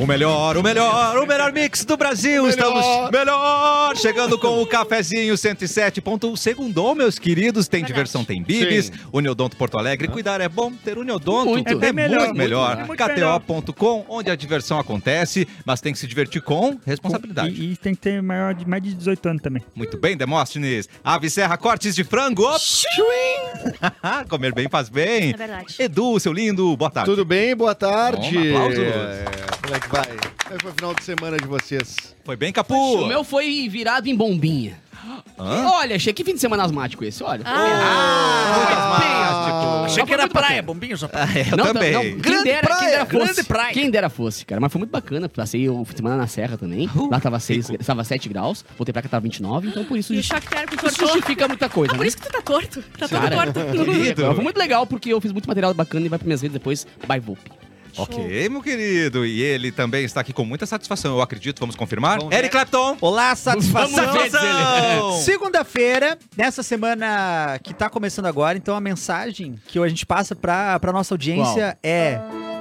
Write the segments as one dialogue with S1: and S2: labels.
S1: O melhor, o melhor, o melhor mix do Brasil. Estamos melhor. Chegando com o cafezinho 107.1. Segundou, meus queridos. Tem diversão, tem bibis.
S2: Sim.
S1: Uniodonto Porto Alegre. Cuidar é bom, ter Uniodonto
S2: Muito.
S1: é,
S2: É
S1: bem
S2: bem
S1: melhor. muito
S2: melhor.
S1: melhor.
S2: Muito, né?
S3: Muito melhor.
S1: KTO.com, onde a diversão acontece, mas tem que se divertir com responsabilidade.
S3: E, e tem que ter maior de mais de 18 anos também.
S1: Muito bem, Demóstenes. Ave Serra, cortes de frango. Comer bem faz bem.
S4: É verdade.
S1: Edu, seu lindo, boa tarde.
S2: Tudo bem? Boa tarde.
S1: Bom, um aplausos.
S2: É, como é que vai? Como é que foi o final de semana de vocês?
S1: Foi bem, Capu?
S5: O meu foi virado em bombinha.
S1: Hã?
S5: Olha, achei que fim de semana asmático esse, olha.
S1: Ah,
S6: Achei que
S5: Mas foi
S6: era
S5: muito bacana.
S6: praia, bombinho só pra...
S1: É, Eu também.
S5: quem,
S6: Grande
S5: dera, quem
S6: praia,
S5: dera fosse.
S6: grande praia.
S5: Quem dera fosse, cara. Mas foi muito bacana. Passei o fim de semana na Serra também. Lá tava, seis, tava 7 graus. Voltei pra cá, tava 29. Então por isso,
S4: E o
S5: isso
S4: choque térmico cortou.
S5: justifica muita coisa,
S4: Ah, por
S5: né?
S4: isso que tu tá torto. Tá todo
S5: Cara,
S4: torto.
S1: querido.
S5: Foi muito legal, porque eu fiz muito material bacana e vai pra minhas redes depois. Bye, Volpe.
S1: Ok, meu querido. E ele também está aqui com muita satisfação, eu acredito. Vamos confirmar?
S5: né?
S2: Vamos ver.
S1: Eric Clapton.
S6: Olá, satisfação!
S1: Vamos ver, diz ele.
S6: Segunda-feira, dessa semana que tá começando agora, então a mensagem que a gente passa pra, pra nossa audiência é...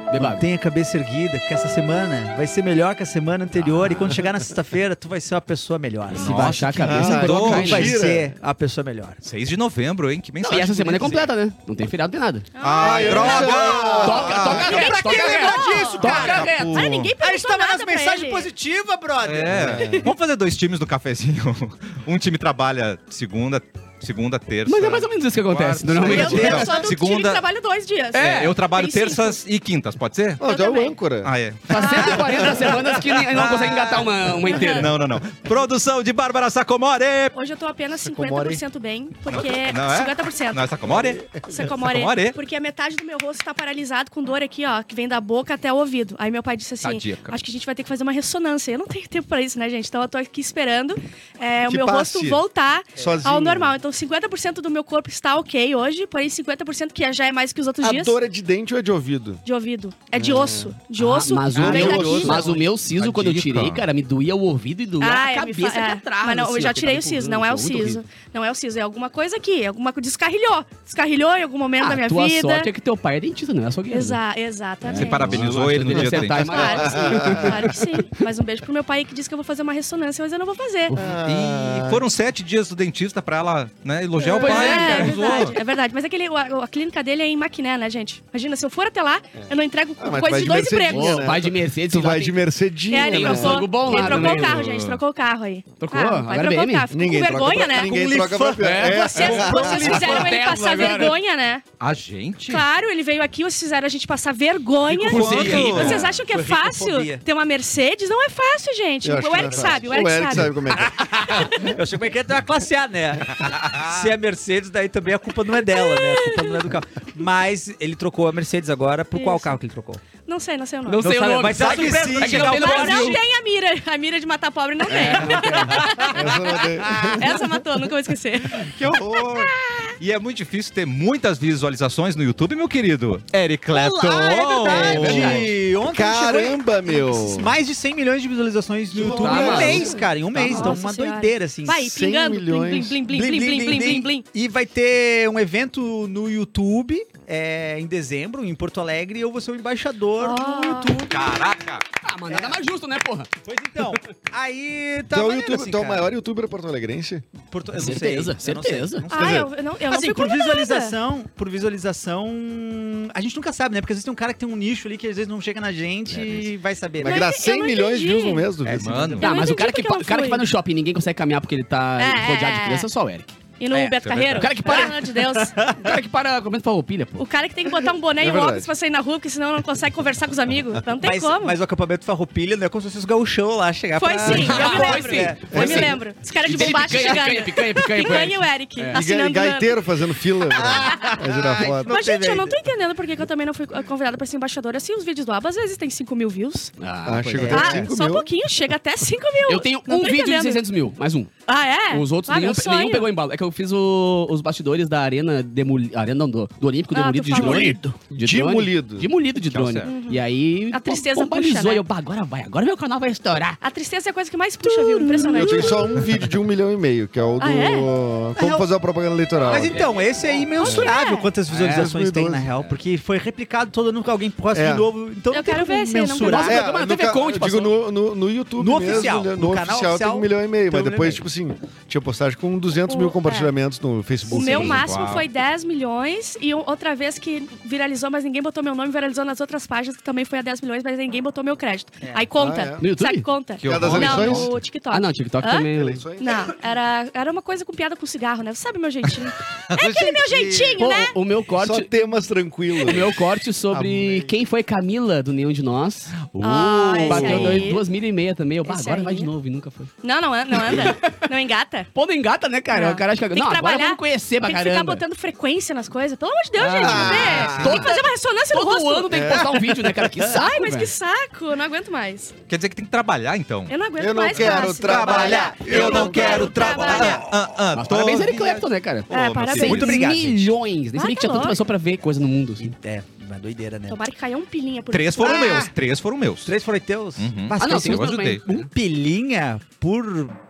S5: Debate.
S6: Mantenha a cabeça erguida, porque essa semana vai ser melhor que a semana anterior. E
S4: Ah.
S6: quando chegar na sexta-feira, tu vai ser uma pessoa melhor.
S5: Se baixar a cabeça,
S1: que
S5: vai
S1: dor.
S5: cair,
S6: Tu
S5: né?
S6: vai
S2: Mentira.
S6: ser a pessoa melhor.
S1: 6 de novembro, hein? Que
S5: Não,
S1: mensagem.
S5: e essa semana é
S1: bonita.
S5: completa, né? Não tem feriado, não tem nada.
S1: Ai,
S2: eu
S1: droga!
S2: não sei.
S1: Ah.
S5: Toca, toca reto,
S6: pra
S5: toca
S6: que
S5: reto.
S6: lembrar disso,
S5: Toca
S6: cara?
S5: reto.
S1: Capu.
S4: Cara, ninguém
S6: A gente
S4: perguntou
S6: tava
S4: nada
S6: nas
S4: pra
S6: mensagens
S4: ele.
S6: positivas, brother.
S1: É. Vamos fazer dois times do cafezinho. Um time trabalha segunda, segunda, terça.
S5: Mas é mais ou menos isso que acontece, é
S2: Quarto,
S4: Eu,
S5: normalmente.
S1: sexta.
S4: eu sou do time que
S1: Segunda-
S4: trabalha dois dias.
S1: É, eu trabalho
S4: Tem cinco.
S1: terças e quintas, pode ser?
S2: Ah,
S4: Eu
S2: tu é o
S4: também.
S2: âncora.
S1: Ah, é.
S5: Faz 140 semanas que nem- não consegue engatar uma, uma inteira. É.
S1: Não, não, não. Produção de Bárbara Sacomore.
S4: Hoje eu tô apenas
S2: Sacomore.
S4: 50% bem, porque...
S1: Não é?
S4: 50%.
S1: Não é Sacomore?
S4: Sacomore.
S1: Sacomore.
S4: Porque a metade do meu rosto tá paralisado com dor aqui, ó, que vem da boca até o ouvido. Aí meu pai disse assim:
S1: Tadinha, cara.
S4: acho que a gente vai ter que fazer uma ressonância. Eu não tenho tempo pra isso, né, gente? Então eu tô aqui esperando é, o
S2: Que
S4: meu
S2: passe.
S4: rosto voltar
S2: Sozinho.
S4: ao normal. Então 50% do meu corpo está ok hoje, porém 50% que já é mais que os outros
S2: A
S4: dias.
S2: dor é de dente ou é de ouvido?
S4: De ouvido. É de osso. De osso.
S5: mas, o
S2: Ah,
S4: vem
S2: eu
S5: meu,
S4: daqui.
S2: osso.
S5: mas o meu siso,
S1: A
S5: quando eu
S1: dica.
S5: tirei, cara, me doía o ouvido e doía
S4: Ah,
S5: a
S4: eu me fa-
S5: cabeça aqui
S4: é.
S5: atrás.
S4: Mas não,
S5: assim,
S4: eu já
S5: ó, que
S4: tirei
S5: tava
S4: o siso,
S5: empurrando,
S4: não é o
S5: foi muito
S4: siso.
S5: horrível.
S4: Não é o siso, é alguma coisa aqui, alguma coisa descarrilhou. Descarrilhou em algum momento da
S5: Ah,
S4: minha
S5: tua
S4: vida.
S5: sorte é que teu pai é dentista, não é só
S4: Exa exatamente.
S1: Você parabenizou
S5: Nossa, tá
S1: ele no
S5: eu
S1: dia do
S5: devia acertar
S1: dentista.
S4: Claro que sim, claro que sim. Mas um beijo pro meu pai que disse que eu vou fazer uma ressonância, mas eu não vou fazer.
S2: Ah.
S1: E foram sete dias do dentista pra ela né, elogiar o
S5: Pois
S1: pai.
S5: é,
S4: É,
S1: cara,
S4: é
S1: zoou.
S4: verdade, é verdade. Mas aquele, a, a clínica dele é em Maquiné, né, gente? Imagina, se eu for até lá, eu não entrego
S2: Ah, mas
S4: coisa
S2: vai
S4: de
S2: de
S4: dois
S2: Mercedes,
S4: empregos.
S2: né?
S5: Pô, pai de Mercedes,
S2: Tu
S5: lá
S2: vai
S5: tem-
S2: de
S4: É,
S2: Mercedinha,
S4: ali,
S2: né?
S4: trocou,
S5: Jogo bom
S4: quem
S5: lá
S4: trocou o
S5: também.
S4: carro, gente, trocou o carro aí.
S5: Trocou?
S4: Ah, vai
S5: Agora
S4: trocar o
S5: BM?
S4: carro. Ficou com vergonha,
S2: troca-
S4: né?
S2: Ninguém troca pra...
S6: É.
S4: Vocês, vocês fizeram ele
S6: Terno
S4: passar
S6: agora.
S4: vergonha, né?
S1: A gente?
S4: Claro, ele veio aqui, vocês fizeram a gente passar vergonha.
S1: Por ser rico.
S4: Vocês acham que é
S6: Por
S4: fácil
S6: ricofobia.
S4: ter uma Mercedes? Não é fácil, gente.
S2: Eu acho
S4: O
S2: que
S4: Eric
S2: não é
S4: sabe, o
S2: fácil.
S4: Eric
S2: O Eric
S4: sabe.
S2: sabe como é que é.
S6: Eu achei que era uma classe A, né? Se é Mercedes, daí também a culpa não é dela, né? A culpa não é do carro. Mas ele trocou a Mercedes agora. Por qual
S4: Isso.
S6: carro que ele trocou?
S4: Não sei, não sei o nome.
S5: Não sei o
S6: sabe,
S5: nome.
S6: vai ser uma
S5: Sabe que
S6: surpresa
S5: sim.
S6: quando
S5: É que
S6: chegar
S5: não
S6: o
S5: tem no
S4: Mas
S6: Brasil.
S4: não tem a mira. A mira de matar pobre não tem.
S2: Essa não tem.
S4: Essa matou, nunca vou esquecer.
S1: Que horror! E é muito difícil ter muitas visualizações no YouTube, meu querido. Eric Clapton!
S6: é verdade. Ontem chegou
S2: Caramba, meu!
S6: em mais de 100 milhões de visualizações no YouTube em um
S5: maluco.
S6: mês, cara. Em um mês. Então,
S4: Tá Nossa
S6: uma
S4: Senhora.
S6: doideira, assim.
S4: Vai,
S2: 100
S4: pingando. Blim,
S2: milhões.
S4: blim, blim, blim, blim, blim, blim, blim.
S6: E vai ter um evento no YouTube é, em dezembro, em Porto Alegre, e eu vou ser o embaixador
S4: Ah.
S6: no YouTube.
S1: Caraca!
S5: Ah, mano, nada mais justo, né, porra?
S6: Pois então, aí tá
S2: Tu é
S4: Então,
S2: o
S6: maneiro,
S2: YouTube-
S6: assim,
S2: tu é o
S6: cara.
S2: maior youtuber porto-alegrense?
S6: Porto- eu não sei,
S5: Certeza,
S6: eu não sei,
S5: certeza.
S6: não sei.
S4: Ah, eu, eu não, eu não né?
S6: assim,
S4: fui
S6: por
S4: convidada.
S6: visualização, por visualização, a gente nunca sabe, né? Porque às vezes tem um cara que tem um nicho ali que às vezes não chega na gente e vai saber,
S2: Vai
S4: Mas
S6: né?
S2: virar
S4: eu
S2: 100
S4: não
S2: milhões de
S4: entendi.
S2: views no mês, assim. duvido.
S1: É, Mano,
S4: Eu
S5: Tá,
S4: não
S5: mas o
S4: entendi
S5: cara que,
S4: porque
S5: pa-
S4: não
S5: o cara que
S4: foi.
S5: vai no shopping e ninguém consegue caminhar porque ele tá
S4: É.
S5: rodeado de criança é só o Eric.
S4: E no
S6: É,
S4: Beto
S1: é
S4: Carreiro?
S1: verdade.
S5: Cara que para-
S4: Pelo amor de Deus.
S5: O cara que para comendo farroupilha, pô.
S4: O cara que tem que botar um boné
S2: É
S4: e um
S2: verdade.
S4: óculos pra sair na rua, porque senão não consegue conversar com os amigos. Não tem
S6: Mas,
S4: como.
S6: mas o acampamento Farroupilha não é como se fosse o gauchão lá chegar
S4: Foi
S6: pra...
S4: sim, eu me
S5: Foi
S4: lembro.
S5: sim, foi
S4: Eu me
S5: sim.
S4: lembro. Os caras de
S5: Picanha,
S4: bombacha
S5: picanha,
S4: chegando.
S5: picanha, picanha,
S4: Picanha e o
S5: picanha.
S4: Eric.
S5: É.
S2: E ga-
S4: Assinando.
S2: gaiteiro fazendo fila pra, pra tirar foto.
S4: Mas, gente,
S6: teve
S4: eu não tô entendendo por que que eu também não fui convidada pra ser embaixadora. Assim, os vídeos do Aba, às vezes tem 5 mil views.
S5: Ah,
S2: Ah,
S5: pois
S2: chegou
S5: é.
S2: até
S4: Ah,
S2: cinco
S4: só um
S2: mil.
S4: pouquinho, chega até 5 mil.
S5: Eu tenho
S4: Não
S5: um
S4: tô
S5: vídeo de
S4: entendendo.
S5: 600 mil, mais um.
S4: Ah, é?
S5: Os outros,
S4: ah,
S5: nenhum,
S4: meu sonho.
S5: nenhum pegou embalo. É que eu fiz o- os bastidores da Arena demolida. Arena não, do, do Olímpico
S4: Ah, tu
S5: demolido de
S4: falou.
S5: drone. De drone.
S2: Demolido.
S5: Demolido de
S1: Tá
S5: drone.
S1: certo.
S5: E aí.
S4: A
S5: pô,
S4: tristeza
S5: bombalizou.
S4: puxa, né?
S5: E eu, "Bah, agora vai, agora meu canal vai estourar.
S4: A tristeza é a coisa que mais puxa, viu? Impressionante.
S2: Eu tenho só um vídeo de um milhão e meio, que é o do.
S4: Ah, é?
S2: Como fazer a propaganda eleitoral.
S6: Mas então, esse é imensurável
S4: é?
S6: quantas visualizações tem, na
S2: 2012,
S6: real. Porque foi replicado todo ano que alguém posta
S2: É.
S6: de novo. Então
S4: Eu
S6: não tem
S4: quero
S6: como
S4: ver esse aí, não
S6: mensurar.
S5: quero ver. Mas na TV
S2: ca-
S5: Conte
S2: eu digo É, no, no, no YouTube
S6: No
S2: mesmo,
S6: oficial,
S2: né?
S6: no
S2: No,
S6: canal
S2: oficial tem
S6: oficial,
S2: um milhão e meio.
S6: tem um
S2: Mas depois,
S6: milhão
S2: tipo assim, tinha postagem com 200
S4: O-
S2: mil compartilhamentos no Facebook.
S4: O meu
S2: por exemplo.
S4: máximo
S1: Uau.
S4: foi 10 milhões e o- outra vez que viralizou, mas ninguém botou meu nome, viralizou nas outras páginas que também foi a 10 milhões, mas ninguém botou meu crédito. Aí conta.
S2: Ah, é?
S5: No YouTube?
S4: Sabe, conta.
S1: Que
S2: horror. Das
S4: não,
S2: eleições?
S4: no TikTok.
S5: Ah, não, TikTok
S4: Hã?
S5: também.
S2: Eleições?
S4: Não, era, era uma coisa com piada com cigarro, né? Você sabe meu jeitinho. é aquele meu jeitinho,
S5: Pô,
S4: né?
S5: o, o meu
S2: Só
S5: corte.
S2: temas
S5: O
S2: tranquilos.
S5: meu corte sobre
S2: Amei.
S5: quem foi Camila do Nenhum de Nós.
S4: Ah, esse
S5: Bateu
S4: aí.
S5: dois, duas milha e meia também. Eu, "Bah,
S4: Esse
S5: agora
S4: aí.
S5: vai de novo e nunca foi.
S4: Não, não, an- não anda. Não engata.
S5: Pô, não engata, né, cara?
S4: Não.
S5: O cara acha que.
S4: Tem que
S5: não, agora
S4: trabalhar,
S5: vamos conhecer pra
S4: Tem que
S5: caramba.
S4: ficar botando frequência nas coisas. Pelo amor de Deus,
S5: Ah,
S4: gente. Vê. Tem que fazer uma ressonância no
S5: Todo
S4: rosto.
S5: ano tem que postar um vídeo, né, cara? Que saco,
S4: Tá É. Ai, mas que
S5: velho.
S4: saco. Eu não aguento mais.
S1: Quer dizer que tem que trabalhar, então.
S4: Eu não aguento
S2: Eu não
S4: mais,
S2: quero
S4: Cássio.
S2: trabalhar, eu não quero
S1: Ah, ah, ah,
S5: Mas
S1: tô-
S5: parabéns, Eric Clapton, né, cara?
S1: Ô,
S4: É,
S1: meu
S4: parabéns.
S1: filho.
S6: Muito obrigado, gente.
S5: milhões. Nem sabia que
S4: Ah, tá
S5: tinha tanta
S4: louco.
S5: pessoa pra ver coisa no mundo. assim.
S6: É, uma doideira, né?
S4: Tomara que caia um pilinha por
S1: Três
S4: isso.
S1: foram
S6: Ah!
S1: meus, três foram meus.
S6: Três foram teus?
S1: Uhum.
S6: Mas
S5: Ah, não, tem
S6: tem
S1: eu
S5: uns
S1: ajudei.
S5: também.
S6: um pilinha por,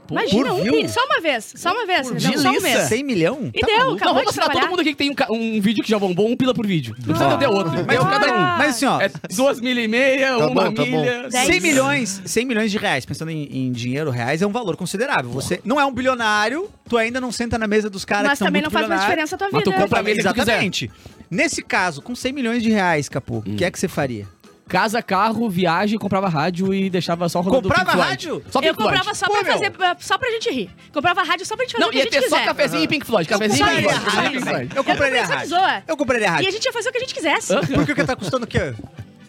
S6: por,
S4: Imagina,
S6: por
S4: um
S6: view?
S4: pilinha. Só uma vez. Só uma vez.
S5: Por
S4: Não, só um
S5: delícia.
S4: mês.
S6: 100 milhão?
S4: E
S5: Tá
S4: deu,
S5: maluco? Não,
S4: acabou
S5: vamos
S4: de
S5: mostrar todo
S4: trabalhar.
S5: mundo aqui que tem um, ca- um vídeo que já bombou, um pila por vídeo. Não precisa
S6: Ó.
S5: ter outro.
S6: Mas,
S5: Deu
S4: Ah.
S5: cada um.
S6: mas assim, ó,
S5: É duas milha e meia,
S2: Tá
S5: uma
S2: bom, tá bom.
S5: milha.
S4: Dez.
S6: 100 milhões, 100 milhões de reais, pensando em, em dinheiro reais, é um valor considerável. Você não é um bilionário, tu ainda não senta na mesa dos caras que
S4: Mas
S6: são
S4: também
S6: muito
S4: não faz mais
S6: bilionários.
S4: diferença a tua
S5: Mas tu
S4: vida.
S5: compra- Pra mesa que tu
S6: Exatamente. Nesse caso, com 100 milhões de reais, Capu, o que é que você faria?
S5: Casa, carro, viagem, comprava rádio e deixava só rolando
S6: Comprava
S5: Pink Floyd.
S6: rádio?
S5: Só Pink
S4: Eu comprava
S5: Floyd.
S4: só
S6: Pô,
S4: pra
S6: meu.
S4: fazer, eh, só pra gente rir. Comprava rádio só pra gente fazer
S5: Não,
S4: o que a
S5: ia
S4: gente
S5: ter só
S4: quiser.
S5: cafezinho e Pink Floyd.
S4: É
S5: Cafezinho e Pink
S4: compraria
S5: Floyd.
S4: rádio,
S5: Pink Floyd.
S6: Eu compraria
S4: Eu
S6: rádio.
S4: compraria essa zoa.
S6: Eu compraria
S4: E a
S6: rádio.
S4: gente ia fazer o que a gente quisesse.
S6: Porque o que tá custando o quê?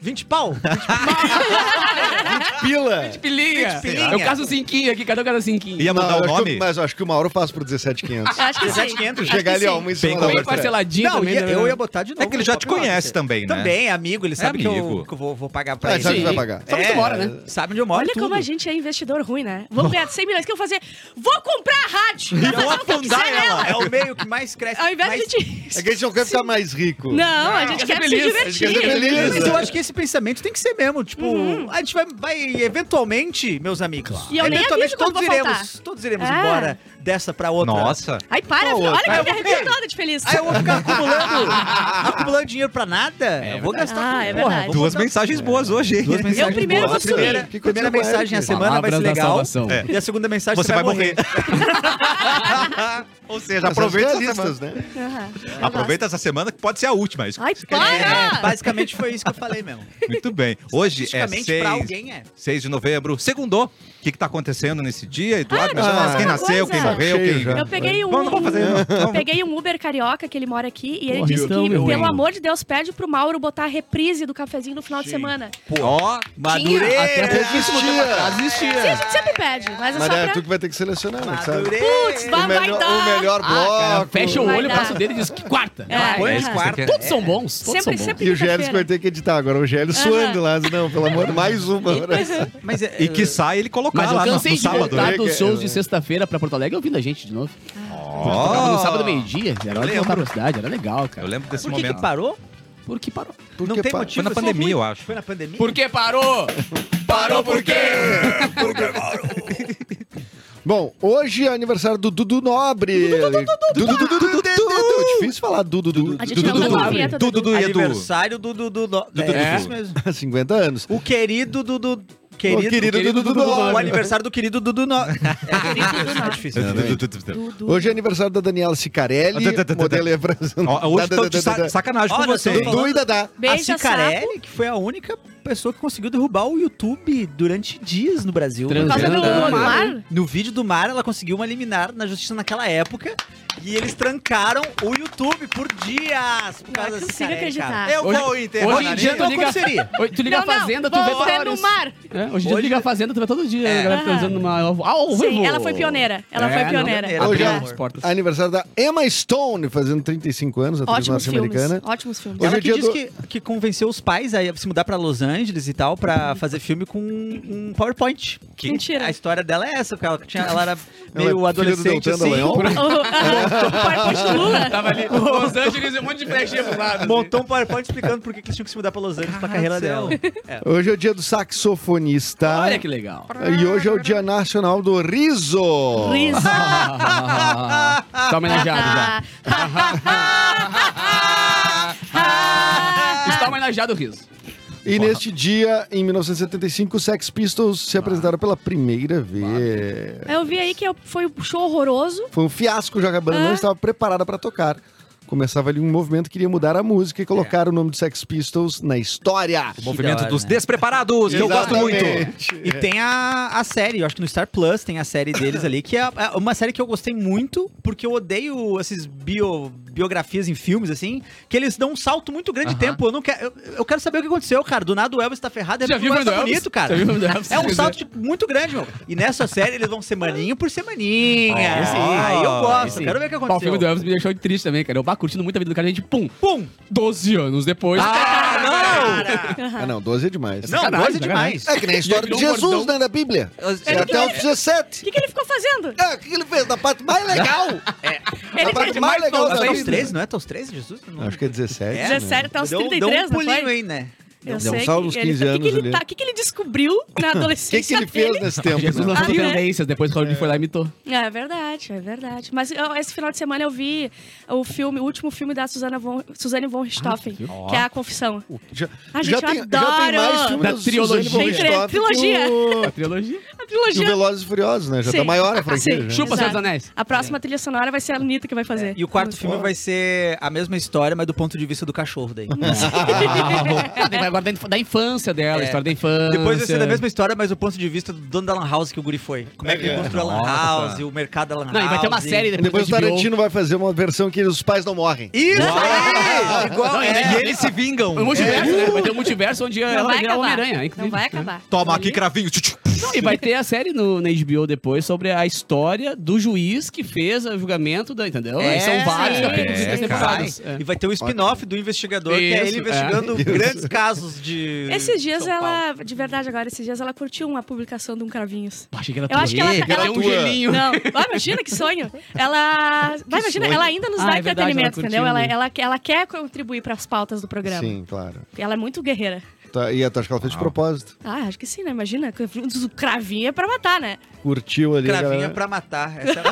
S6: 20 pau? 20
S2: Pila.
S5: Pilinha.
S6: pilinha.
S5: Eu caso cinquinho aqui, cada um cada cinquinho.
S1: Ia
S2: Não,
S1: mudar
S2: eu
S1: o
S2: acho que eu-
S1: nome?
S2: mas eu acho que uma hora eu faço por 17,500.
S4: Eu Acho que sim.
S6: 17,500,
S4: Acho
S2: Chegar
S4: que
S2: ali, ó,
S4: sim.
S2: uma em cima
S1: Bem
S2: da
S5: Bem
S1: Não,
S2: outra.
S5: parceladinho
S6: Não,
S5: também.
S6: ia-
S5: né?
S6: eu ia botar de novo.
S1: É que ele já
S6: no
S1: te
S6: papel,
S1: conhece
S6: você.
S1: também, né?
S6: Também, é amigo, ele sabe que eu,
S1: amigo.
S6: que eu vou, vou pagar pra
S2: Ah,
S6: ele.
S2: sabe que vai
S5: Sim.
S2: pagar.
S5: Sabe onde
S6: É,
S5: mora, né?
S6: Sabe onde eu moro,
S4: Olha
S6: tudo.
S4: como a gente é investidor ruim, né? Vamos ganhar 100 milhões que eu vou fazer. Vou comprar a rádio. Vou fazer o que eu
S1: afundar
S4: quiser
S1: ela.
S4: nela.
S6: É o meio que mais cresce.
S4: Ao invés
S6: mais...
S4: de a gente...
S2: É que a gente não quer ficar mais rico.
S4: Não, a
S5: quer
S4: gente
S5: ser
S4: quer
S5: feliz,
S4: se
S5: a
S2: gente quer ser
S4: divertir.
S2: feliz.
S6: Mas então, eu acho que esse pensamento tem que ser mesmo. Tipo,
S4: Uhum.
S6: a gente vai, vai, eventualmente, meus amigos.
S4: E eu nem
S6: eventualmente
S4: aviso quando
S6: todos
S4: vou
S6: iremos,
S4: faltar.
S6: todos iremos
S4: É.
S6: embora dessa pra outra.
S1: Nossa.
S4: Ai, para, filho. Olha que eu me arrepio toda de feliz.
S6: Aí eu vou ficar acumulando, Ah, acumulando dinheiro pra nada. eu vou gastar
S4: Ah,
S6: tudo.
S4: é
S6: Porra,
S4: verdade.
S6: vou
S1: Duas
S6: botar-
S1: mensagens boas hoje, hein?
S6: Duas mensagens
S4: primeiro
S6: boas.
S4: vou
S6: A primeira,
S2: sumir. Que
S6: primeira
S2: coisa boa,
S6: mensagem na
S2: Erika.
S6: semana
S5: Palavras
S6: vai
S5: da
S6: ser legal.
S5: salvação.
S6: E a segunda mensagem
S1: Você vai morrer. Ou seja, aproveita essa semana.
S2: listas, né?
S4: Aham. Eu
S1: Aproveita essa semana que pode ser a última. é isso que
S4: Ai,
S1: você quer dizer.
S6: É,
S4: para!
S6: basicamente foi isso que eu falei mesmo.
S1: Muito bem. Hoje é
S6: Estatisticamente, pra
S1: 6,
S6: alguém é.
S1: 6 de novembro. Segundou. O que, que tá acontecendo nesse dia, Eduardo?
S4: deixa
S1: Mas
S2: eu falar
S1: quem
S4: uma
S1: nasceu,
S4: coisa.
S1: quem morreu,
S2: Cheio
S1: quem.
S2: já.
S4: Eu peguei um,
S1: Não, não vou fazer. não.
S4: eu peguei um Uber carioca que ele mora aqui e ele
S5: Porra,
S4: disse que,
S5: então, meu
S4: pelo
S5: irmão.
S4: amor de Deus, pede pro Mauro botar a reprise do cafezinho no final de semana.
S6: Ó, Madureira.
S5: Até pouquíssimo tempo
S2: Existia.
S5: atrás
S4: Sim, a
S5: existia.
S4: gente sempre pede, mas é
S2: Mas
S4: só
S2: é
S4: pra...
S2: tu que vai ter que selecionar, né, sabe?
S6: Madureira.
S4: Putz,
S2: O
S4: vai, vai
S2: melhor, o
S4: dar!
S2: melhor
S5: Cara,
S2: bloco.
S5: fecha o
S4: Vai
S5: olho,
S4: dar.
S5: passa o dedo e diz que quarta.
S4: É,
S5: Ah,
S4: é.
S5: esse quarta. Todos são bons. Todos
S4: Sempre,
S5: são bons.
S4: sempre
S2: E o Gélis que vai
S4: quinta-feira.
S2: ter que editar agora. O Gélis
S4: Aham.
S2: suando lá. Não, pelo amor de mais uma. hora.
S6: Mas é-
S1: E que sai ele colocar
S5: Mas eu
S1: lá no, no
S5: cansei de
S1: sábado.
S5: voltar
S2: né,
S5: dos
S2: que-
S5: shows de
S2: é.
S5: sexta-feira pra Porto Alegre ouvindo a gente de novo. Tocava
S1: Ó,
S5: no sábado meio-dia, era hora de voltar
S1: lembro.
S5: pra cidade, era legal, cara.
S1: Oh. Eu lembro desse
S6: Por que,
S1: momento.
S6: que parou?
S5: Porque parou.
S2: Por
S6: não
S2: que
S6: tem
S2: pa-
S6: motivo.
S1: Foi na
S6: é só
S1: pandemia,
S6: ruim.
S1: eu acho.
S6: Foi na pandemia?
S5: que parou? Parou por quê?
S2: Bom, hoje é aniversário do Dudu Nobre. Dudu, Dudu, Dudu, Dudu. Difícil falar Dudu, Dudu.
S4: A gente
S2: Dudu,
S4: não tá
S2: Dudu.
S4: com a vinheta do
S1: Dudu,
S4: Dudu.
S1: Dudu e Edu.
S6: Aniversário do Dudu. Do, do,
S5: Dudu.
S6: é isso mesmo.
S2: 50 anos.
S6: O querido Dudu. Querido,
S2: O querido Dudu
S6: Dudu.
S2: Nobre.
S6: O aniversário do querido Dudu. No... É, é difícil.
S4: Dudu.
S2: Hoje é aniversário da Daniela Cicarelli,
S1: Ah, tá, tá, tá, tá.
S2: modelo apresentando.
S1: Ó, Hoje tô de sa- sacanagem com
S6: Olha,
S1: você.
S6: eu tô
S1: hein?
S2: Dudu e Dadá.
S6: A
S4: Beija, sapo.
S6: Cicarelli, que foi a única pessoa que conseguiu derrubar o YouTube durante dias no Brasil.
S5: Por
S4: Por causa do
S5: Transando.
S4: Omar?
S6: No vídeo do mar, ela conseguiu uma liminar na justiça naquela época E eles trancaram o YouTube por dias. Por
S4: Não
S6: causa desse
S4: consigo
S6: cara É aí, cara.
S4: acreditar.
S1: Eu
S5: Hoje-
S1: vou enterrar
S5: Hoje em dia tu
S1: nariz.
S5: liga, Hoje tu liga
S4: Não,
S5: a
S4: não,
S5: fazenda, tu vê
S4: vou ser no
S5: toda hora.
S4: mar.
S5: É, hoje em dia tu liga a fazenda, tu vê todo dia. A galera
S4: Ah.
S5: transando numa... ao ao vivo.
S4: Sim, ela foi pioneira. Ela
S5: É,
S4: foi
S5: não,
S4: pioneira.
S6: pioneira.
S5: Abriu
S2: Hoje é-
S5: as portas.
S2: Aniversário da Emma Stone, fazendo 35 anos, atriz
S4: Ótimos filmes.
S2: norte-americana.
S4: Ótimos filmes.
S2: Hoje
S6: Ela
S2: é
S6: que
S2: dia
S6: diz
S2: do-
S6: que, que convenceu os pais a se mudar pra Los Angeles e tal pra fazer filme com um PowerPoint. Que
S4: Mentira.
S6: A história dela é essa, porque ela, tinha, ela era
S2: Ela é
S6: meio
S2: filha do
S6: adolescente
S2: Deltan
S6: assim.
S2: Dallagnol.
S4: O, o, o PowerPoint do Lula?
S5: Tava ali, Los Angeles e um monte de flechinha pro lado.
S6: Montou um PowerPoint explicando por que que eles tinham que se mudar pra Los Angeles pra carreira dela. É.
S2: Hoje é o dia do saxofonista.
S5: Olha que legal.
S2: E hoje é o dia nacional do riso.
S4: Riso.
S5: tá homenageado
S4: Ah,
S5: já. Está homenageado o riso.
S2: E neste dia, em 1975, os Sex Pistols se apresentaram pela primeira vez.
S4: Eu vi aí que eu- foi um show horroroso.
S2: Foi um fiasco, já que a banda não estava preparada para tocar. Começava ali um movimento que queria mudar a música e colocar o nome do Sex Pistols na história.
S1: O movimento
S6: da hora,
S1: dos
S6: né?
S1: despreparados, que eu gosto muito.
S2: Exatamente.
S6: E tem a, a série, eu acho que no Star Plus tem a série deles ali, que é, é uma série que eu gostei muito, porque eu odeio essas bio, biografias em filmes, assim, que eles dão um salto muito grande de
S5: Aham.
S6: tempo. Eu não quero. Eu, eu quero saber o que aconteceu, cara. Do nada o Elvis tá ferrado, de
S5: Já
S6: repente
S5: viu
S6: o
S5: o
S6: Elvis tá
S5: filme do
S6: bonito,
S5: Elvis?
S6: cara.
S5: Já viu o filme do Elvis?
S6: É um salto tipo, muito grande, meu. E nessa série eles vão semaninha por semaninha.
S5: É, sim.
S6: Aí eu
S5: É,
S6: gosto,
S5: sim.
S6: quero ver o que
S5: Pá, O filme do
S6: aconteceu.
S5: Elvis me deixou triste também, cara. Eu bah, curtindo muito a vida do cara, a gente, pum,
S6: Pum!
S5: 12 anos depois.
S6: Ah, não!
S2: Ah, não, 12 é demais.
S6: Não,
S5: Sacanagem,
S6: coisa demais.
S2: É que nem a história
S5: Ele
S2: de
S5: virou um
S2: Jesus,
S5: gordão.
S2: né, da Bíblia. É
S4: que
S2: até
S4: ele-
S2: os 17.
S4: O que, que ele ficou fazendo?
S2: É, o que ele fez? Da parte mais legal.
S4: Ele
S2: da parte mais legal
S6: Até
S2: da
S6: os
S2: Bíblia.
S6: 13, não é? Até os 13, Jesus? Não.
S2: Acho que é 17.
S6: É?
S2: né?
S4: 17 até os
S6: Deu-
S4: 33,
S6: deu um
S4: não
S6: pulinho
S4: foi?
S6: aí, né?
S4: Eu
S2: Deu um salto
S4: que
S2: uns
S4: ele-
S2: 15
S4: o que que
S2: anos
S4: ele
S2: ali.
S4: tá- O que, que ele descobriu na
S2: O que, que
S4: adolescência
S2: ele né? fez
S4: dele?
S2: nesse tempo?
S5: Jesus
S2: né?
S5: lançou
S4: Ah, é?
S5: tendências, depois o Hollywood foi lá e imitou.
S4: É verdade, é verdade. Mas ó, esse final de semana eu vi o filme, o último filme da Susana von, Suzane von Richthofen, que é A Confissão.
S2: Já,
S4: Ah, gente,
S2: já,
S4: eu
S2: tem, já tem
S4: adoro.
S2: mais filme
S5: Da
S2: do
S5: trilogia.
S2: Suzane von
S4: Tem três,
S2: Richthofen Que
S4: trilogia.
S5: A
S2: o,
S5: Uh, trilogia?
S4: A
S2: que o
S4: trilogia.
S2: Velozes e Furiosos, né? Já tá
S4: Sim.
S2: maior a franquia.
S4: Sim.
S2: já.
S5: Chupa,
S4: Exato.
S5: Senhor dos Anéis.
S4: A próxima trilha sonora vai ser a Anitta que vai fazer.
S6: E o quarto filme vai ser a mesma história, mas do ponto de vista do cachorro daí.
S5: Ah, daí vai agora da- da infância dela, a
S6: É.
S5: história da infância.
S6: Depois vai ser da mesma história, mas do ponto de vista do dono da Lan House que o Guri foi. Como é que ele construiu a Lan
S1: Nossa.
S6: House, o mercado da Lan House.
S5: Não, e vai ter uma série
S2: E Depois
S5: depois,
S2: o
S5: da HBO.
S2: Tarantino vai fazer uma versão que os pais não morrem.
S6: Isso aí! Igual,
S5: Não, e
S6: é.
S1: E eles se vingam.
S5: Um multiverso, né? Vai ter um multiverso onde
S4: Não
S5: ela
S4: vai
S5: vira
S4: acabar.
S5: Homem-Aranha.
S4: Não
S5: inclusive.
S4: vai acabar.
S1: Toma aqui, cravinho. Tchu, tchu.
S5: Não, e vai ter a série no, na HBO depois sobre a história do juiz que fez o julgamento da. Entendeu?
S6: É,
S5: Aí são vários
S4: sim.
S5: capítulos
S1: É,
S5: das temporadas.
S6: Vai.
S5: É.
S6: E vai ter um spin-off do investigador, que é
S5: Isso,
S6: ele
S5: é.
S6: investigando grandes casos de.
S4: Esses dias
S6: São Paulo.
S4: ela, de verdade agora, esses dias ela curtiu uma publicação de um Cravinhos.
S5: Pá, achei que era
S4: Eu acho que ela tá- ela-
S5: Tem um gelinho.
S4: Não, Ah, imagina que sonho. Ela, Vai, imagina,
S2: sonho.
S4: ela ainda nos
S5: Ah,
S4: dá
S5: é verdade, ela
S4: entretenimento,
S5: curtiu,
S4: entendeu? Ela,
S5: né?
S4: ela, ela quer contribuir para as pautas do programa.
S2: Sim, claro.
S4: Ela é muito guerreira.
S2: Tá, e acho que ela fez de propósito.
S4: Ah, acho que sim, né? Imagina, o cravinho é pra matar, né?
S2: Curtiu ali.
S6: Cravinha
S2: galera.
S6: pra matar. Essa é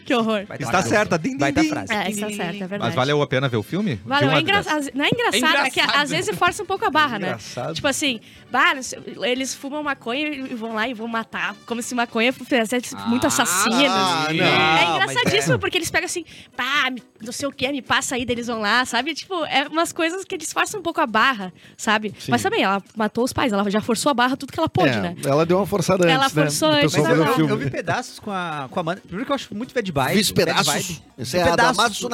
S4: que horror.
S6: vai
S1: Está certa. Din, din,
S6: Vai tá
S1: din.
S6: frase.
S4: É, está certo, é verdade.
S1: Mas valeu a pena ver o filme?
S4: Valeu,
S1: De um a
S4: é
S1: dez.
S4: engra... as- não é engraçado, é que
S5: engraçado.
S4: às vezes força um pouco a barra, né?
S2: Engraçado.
S4: Tipo assim, bah, não sei, eles fumam maconha e vão lá e vão matar, como se maconha fizesse muito
S5: Ah,
S4: assassinos.
S2: não,
S4: é
S6: mas
S4: engraçadíssimo, porque eles pegam assim, pá, me- não sei o que, me passa aí, daí eles vão lá, sabe? Tipo, é umas coisas que eles forçam um pouco a barra, sabe? Mas também, ela matou os pais, ela já forçou a barra tudo que ela pôde,
S2: É,
S4: né?
S2: Ela deu uma forçada
S4: Ela
S2: antes, né?
S4: forçou
S2: do
S4: antes,
S2: pessoal
S4: mas
S2: ver o
S4: não.
S6: Eu,
S2: filme.
S6: vi pedaços com a, com a Amanda. Primeiro que eu acho muito bad vibe.
S2: Fiz
S6: bad
S2: pedaços.
S6: vibe.
S2: Isso é
S6: Pedaços.
S2: a Damatsu É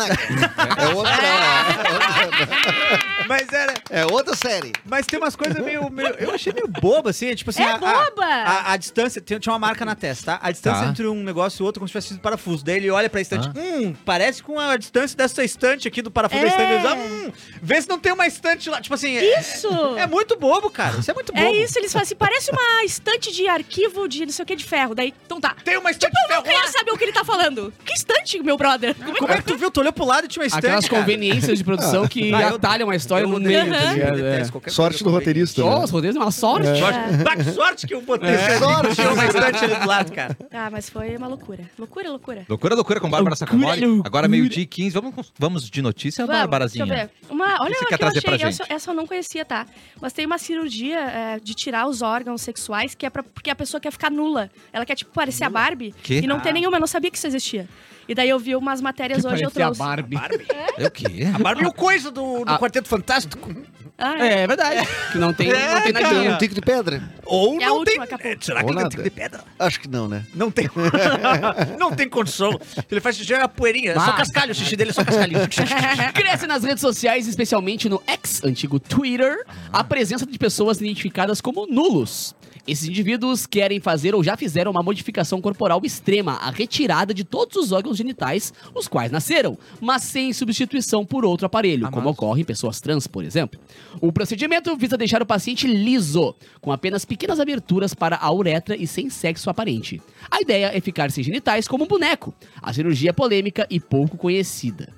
S2: outra,
S6: Mas era.
S2: é outra série.
S6: Mas tem umas coisas meio, meio- Eu achei meio boba, assim. Tipo assim,
S4: É
S6: a, a-
S4: boba!
S6: A, a distância. Tinha tinha uma marca na testa, tá? A distância
S1: Tá.
S6: entre um negócio e outro, como se tivesse sido parafuso. Daí ele olha pra estante.
S2: Ah.
S6: Hum, parece com a distância dessa estante aqui do parafuso da
S4: É.
S6: estante. Ele diz, ah, hum, vê se não tem uma estante lá. Tipo assim. é-
S4: Isso!
S6: É muito bobo, cara. Isso é muito bobo.
S4: É isso, eles falam assim, parece uma estante de arquivo de não sei o que de ferro. Daí, então tá.
S6: Tem uma estante de
S4: Eu não
S6: ferro lá.
S4: quero saber o que ele tá falando. Que estante, meu brother? Como é que
S6: Como é que tu viu? Tu olhou pro lado e tinha uma estante.
S5: Aquelas
S6: cara.
S5: conveniências de produção que
S6: Ah, eu-
S5: atalham a história
S6: eu
S5: no
S6: odeio,
S5: meio,
S4: Aham.
S5: tá ligado? É.
S6: Qualquer
S2: Sorte do
S6: coisa eu odeio.
S2: roteirista.
S5: Oh,
S2: né?
S5: os roteiros, uma sorte.
S6: Sorte. Bah, que sorte que eu botei esse
S2: Sorte.
S6: Tinha uma estante ali do lado, cara.
S4: Ah, mas foi uma loucura. Loucura, loucura.
S1: Loucura, loucura com Bárbara Sacomori.
S5: loucura.
S1: Agora meio-dia e 15. Vamos, com- vamos de notícia,
S4: Vamos,
S1: Bárbarazinha?
S4: deixa eu ver. Uma, olha
S1: que você
S4: o que,
S1: quer
S4: eu
S1: trazer pra
S4: achei.
S1: gente?
S4: Essa, essa eu não conhecia, tá? Mas tem uma cirurgia é, de tirar os órgãos sexuais que é pra, porque a pessoa quer ficar nula. Ela quer, tipo, parecer a Barbie
S1: Que?
S4: e não
S1: Ah.
S4: ter nenhuma. Eu não sabia que isso existia. E daí eu vi umas matérias hoje, eu
S5: Parecia a
S4: trouxe.
S5: Barbie.
S1: É o quê?
S6: Ah. A Barbie é o coisa do, do Quarteto Fantástico.
S4: Ah, é.
S5: É, é verdade. Que não tem,
S6: É,
S5: não tem
S6: cara.
S5: nadinha.
S2: Um tico de pedra?
S6: Ou
S4: É a
S6: não
S4: última,
S6: tem.
S4: acabou.
S6: Será que
S2: Ou
S6: ele tem
S2: nada.
S6: tico de pedra?
S2: Acho que não, né?
S6: Não tem. não tem condição. Ele faz xixi, é a poeirinha. É só
S5: Mas-
S6: cascalho. O xixi dele é só cascalho.
S5: Cresce nas redes sociais, especialmente no ex antigo Twitter,
S6: Ah.
S5: a presença de pessoas identificadas como nulos. Esses indivíduos querem fazer ou já fizeram uma modificação corporal extrema, a retirada de todos os órgãos genitais, os quais nasceram, mas sem substituição por outro
S6: Ah,
S5: aparelho, como ocorre em pessoas trans, por exemplo. O procedimento visa deixar o paciente liso, com apenas pequenas aberturas para a uretra e sem sexo aparente. A ideia é ficar sem genitais como um boneco. A cirurgia é polêmica e pouco conhecida.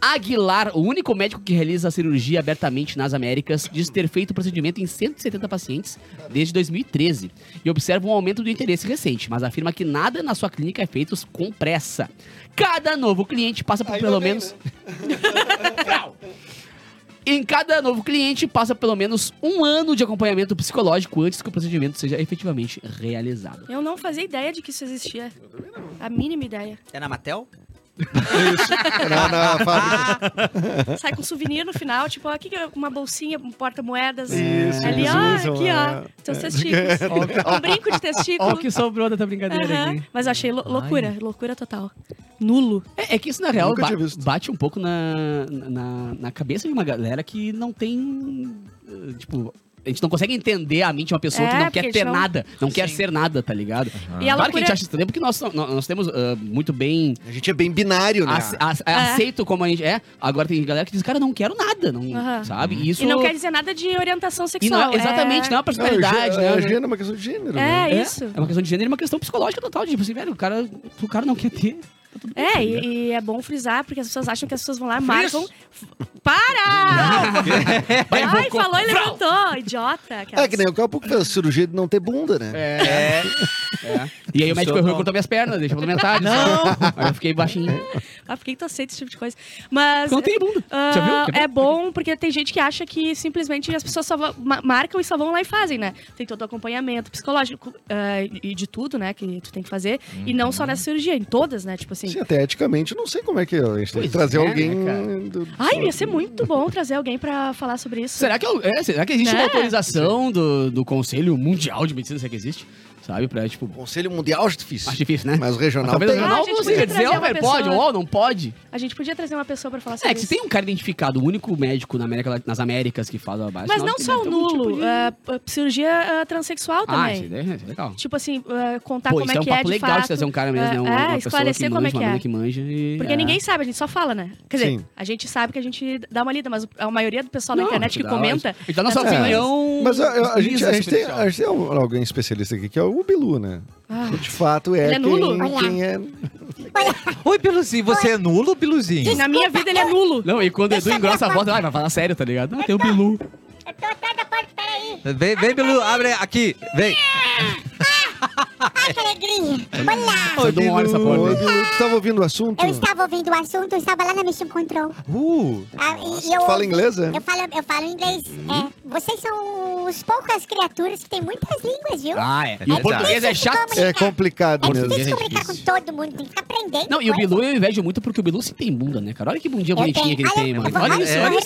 S5: Aguilar, o único médico que realiza a cirurgia abertamente nas Américas, diz ter feito o procedimento em 170 pacientes desde 2013 e observa um aumento do interesse recente, mas afirma que nada na sua clínica é feito com pressa. Cada novo cliente passa por pelo menos. Não. Em cada novo cliente passa pelo menos um ano de acompanhamento psicológico antes que o procedimento seja efetivamente realizado.
S4: Eu não fazia ideia de que isso existia. A mínima ideia.
S6: É na Matel?
S2: Na, na
S4: Ah.
S2: fábrica.
S4: Sai com souvenir no final, tipo, ó, aqui que é uma bolsinha, um porta-moedas.
S2: Isso,
S4: Ali,
S2: eles
S4: ó,
S2: usam,
S4: aqui, ó.
S2: é.
S4: Teus testículos. Um brinco de testículo.
S5: Olha o que sobrou da brincadeira
S4: Aham.
S5: aqui.
S4: Mas eu achei lou- loucura, loucura total. Nulo.
S5: É, é que isso, na real,
S2: Nunca
S5: ba-
S2: tinha visto.
S5: bate um pouco na, na, na cabeça de uma galera que não tem. eh, Tipo, a gente não consegue entender a mente de uma pessoa que
S4: É,
S5: não
S4: porque
S5: quer
S4: a
S5: ter
S4: gente não-
S5: nada, não quer
S6: Sim.
S5: ser nada, tá ligado?
S4: E a
S5: claro que a
S4: loucura-
S5: gente acha estranho, porque nós, nós, nós temos ah, muito bem
S2: A gente é bem binário, né?
S5: ace- ace- aceito como a gente é. Agora tem galera que diz, cara, não quero nada, não,
S4: Aham.
S5: sabe? Uhum. E isso.
S4: E não quer dizer nada de orientação
S5: e não
S4: sexual.
S5: é- exatamente,
S4: é...
S2: Não,
S5: não é uma
S2: é
S5: personalidade,
S2: gê-
S5: né?
S2: é gênero, é uma questão de gênero. né?
S4: É,
S5: É,
S4: isso.
S5: é uma questão de gênero e uma questão psicológica total. Tipo assim, velho, o cara, o cara não quer ter. tá tudo bem,
S4: É,
S5: tá ligado?
S4: e, e é bom frisar, porque as pessoas acham que as pessoas vão lá, marcam. Para!
S5: Vai,
S4: Ai,
S5: invocou.
S4: falou e levantou, idiota.
S2: É
S4: aquelas.
S2: que nem o Capu que fez cirurgia de não ter bunda, né?
S6: É.
S5: E aí o médico
S6: Funcionou.
S5: errou e cortou minhas pernas, deixa pela metade. Não! Aí eu fiquei baixinho.
S4: Ah, por que que tu aceita esse tipo de coisa? Mas.
S5: Porque eu não tenho bunda.
S4: ah,
S5: Já viu? Que
S4: é bom porque tem gente que acha que simplesmente as pessoas só vão- ma- marcam e só vão lá e fazem, né? Tem todo o acompanhamento psicológico ah, e de tudo, né? Que tu tem que fazer. E não
S5: Uhum.
S4: só nessa cirurgia, em todas, né? Tipo assim.
S2: Sim, até eticamente, eu não sei como é que é. a gente tem que
S5: Pois
S2: trazer
S5: é, né,
S2: alguém.
S5: cara?
S2: do-
S4: Ai, ia ser muito bom trazer alguém pra falar sobre isso.
S5: Será que, eu- é, será que existe
S4: Né?
S5: uma autorização do, do Conselho Mundial de Medicina? Será que existe? Sabe? Pra, tipo,
S2: Conselho Mundial acho difícil.
S5: acho difícil, né?
S2: Mas o regional
S5: Talvez o
S2: tem.
S4: Ah,
S5: jornal
S4: a gente
S5: consiga
S4: podia
S5: dizer,
S4: trazer
S5: ó,
S4: uma
S5: velho, pode,
S4: pessoa.
S5: ó, não pode.
S4: A gente podia trazer uma pessoa pra falar sobre
S5: É, que se
S4: isso.
S5: tem um cara identificado, o único médico na América, Lat- nas Américas que faz a base.
S4: Mas
S5: sinal
S4: não
S5: que
S4: só o
S5: deve ter algum
S4: nulo,
S5: tipo de-
S4: ah, p- cirurgia ah, transexual
S5: Ah,
S4: também.
S5: isso daí é isso é legal.
S4: Tipo assim, ah, contar
S5: Pô,
S4: como
S5: isso
S4: é
S5: é um
S4: que é
S5: papo
S4: de
S5: legal de
S4: fato.
S5: trazer um cara mesmo,
S4: É,
S5: né? Um-
S4: é,
S5: Uma pessoa que
S4: esclarecer como
S5: manja,
S4: é que
S5: uma
S4: é.
S5: mina que manja e...
S4: Porque
S5: é.
S4: ninguém sabe, a gente só fala, né? Quer dizer,
S2: Sim.
S4: a gente sabe que a gente dá uma lida, mas a maioria do pessoal
S5: Não,
S4: na internet né, que
S5: dá-
S4: comenta. é,
S5: E dá nossa
S4: essas coisas.
S5: opinião.
S2: Mas ó, eu- a, gente,
S5: lisa,
S2: a, gente tem,
S5: superficial.
S2: a gente tem al- alguém especialista aqui, que é o Bilu, né?
S4: Ah.
S2: Que de fato é,
S4: Ele é nulo?
S2: quem, quem é.
S1: Oi, Biluzinho, você é nulo, Biluzinho?
S4: Na minha vida ele é nulo.
S5: Não, e quando o Edu engrossa a voz, ai, vai falar sério, tá ligado? Ah, tem o Bilu.
S1: Vem, vem, Bilu, abre aqui, vem.
S7: Ai, que alegria! Olá!
S5: Você não olha essa
S2: Ô,
S5: porra. né?
S2: Bilu, tu estava ouvindo o assunto?
S7: Eu estava ouvindo o assunto, eu estava lá na Mission Control.
S1: Uh,
S7: Ah, e
S2: Nossa,
S7: eu,
S2: tu fala inglês, é? Uhum.
S7: eu falo, eu falo inglês. É, vocês são os poucas criaturas que têm muitas línguas, viu?
S5: Ah, é.
S1: E o
S5: português é chato.
S2: É complicado
S7: é
S2: mesmo.
S7: difícil
S5: é
S7: comunicar com
S5: difícil.
S7: todo mundo, tem que ficar aprendendo.
S5: Não, e o
S7: coisa.
S5: Bilu eu invejo muito porque o Bilu se tem bunda, né, cara? Olha que bundinha
S7: Eu
S5: bonitinha
S7: tenho.
S5: que ele tem,
S7: É,
S5: mano.
S7: Olha, eu vou-
S5: Olha
S7: olha
S5: isso,
S7: só,
S5: olha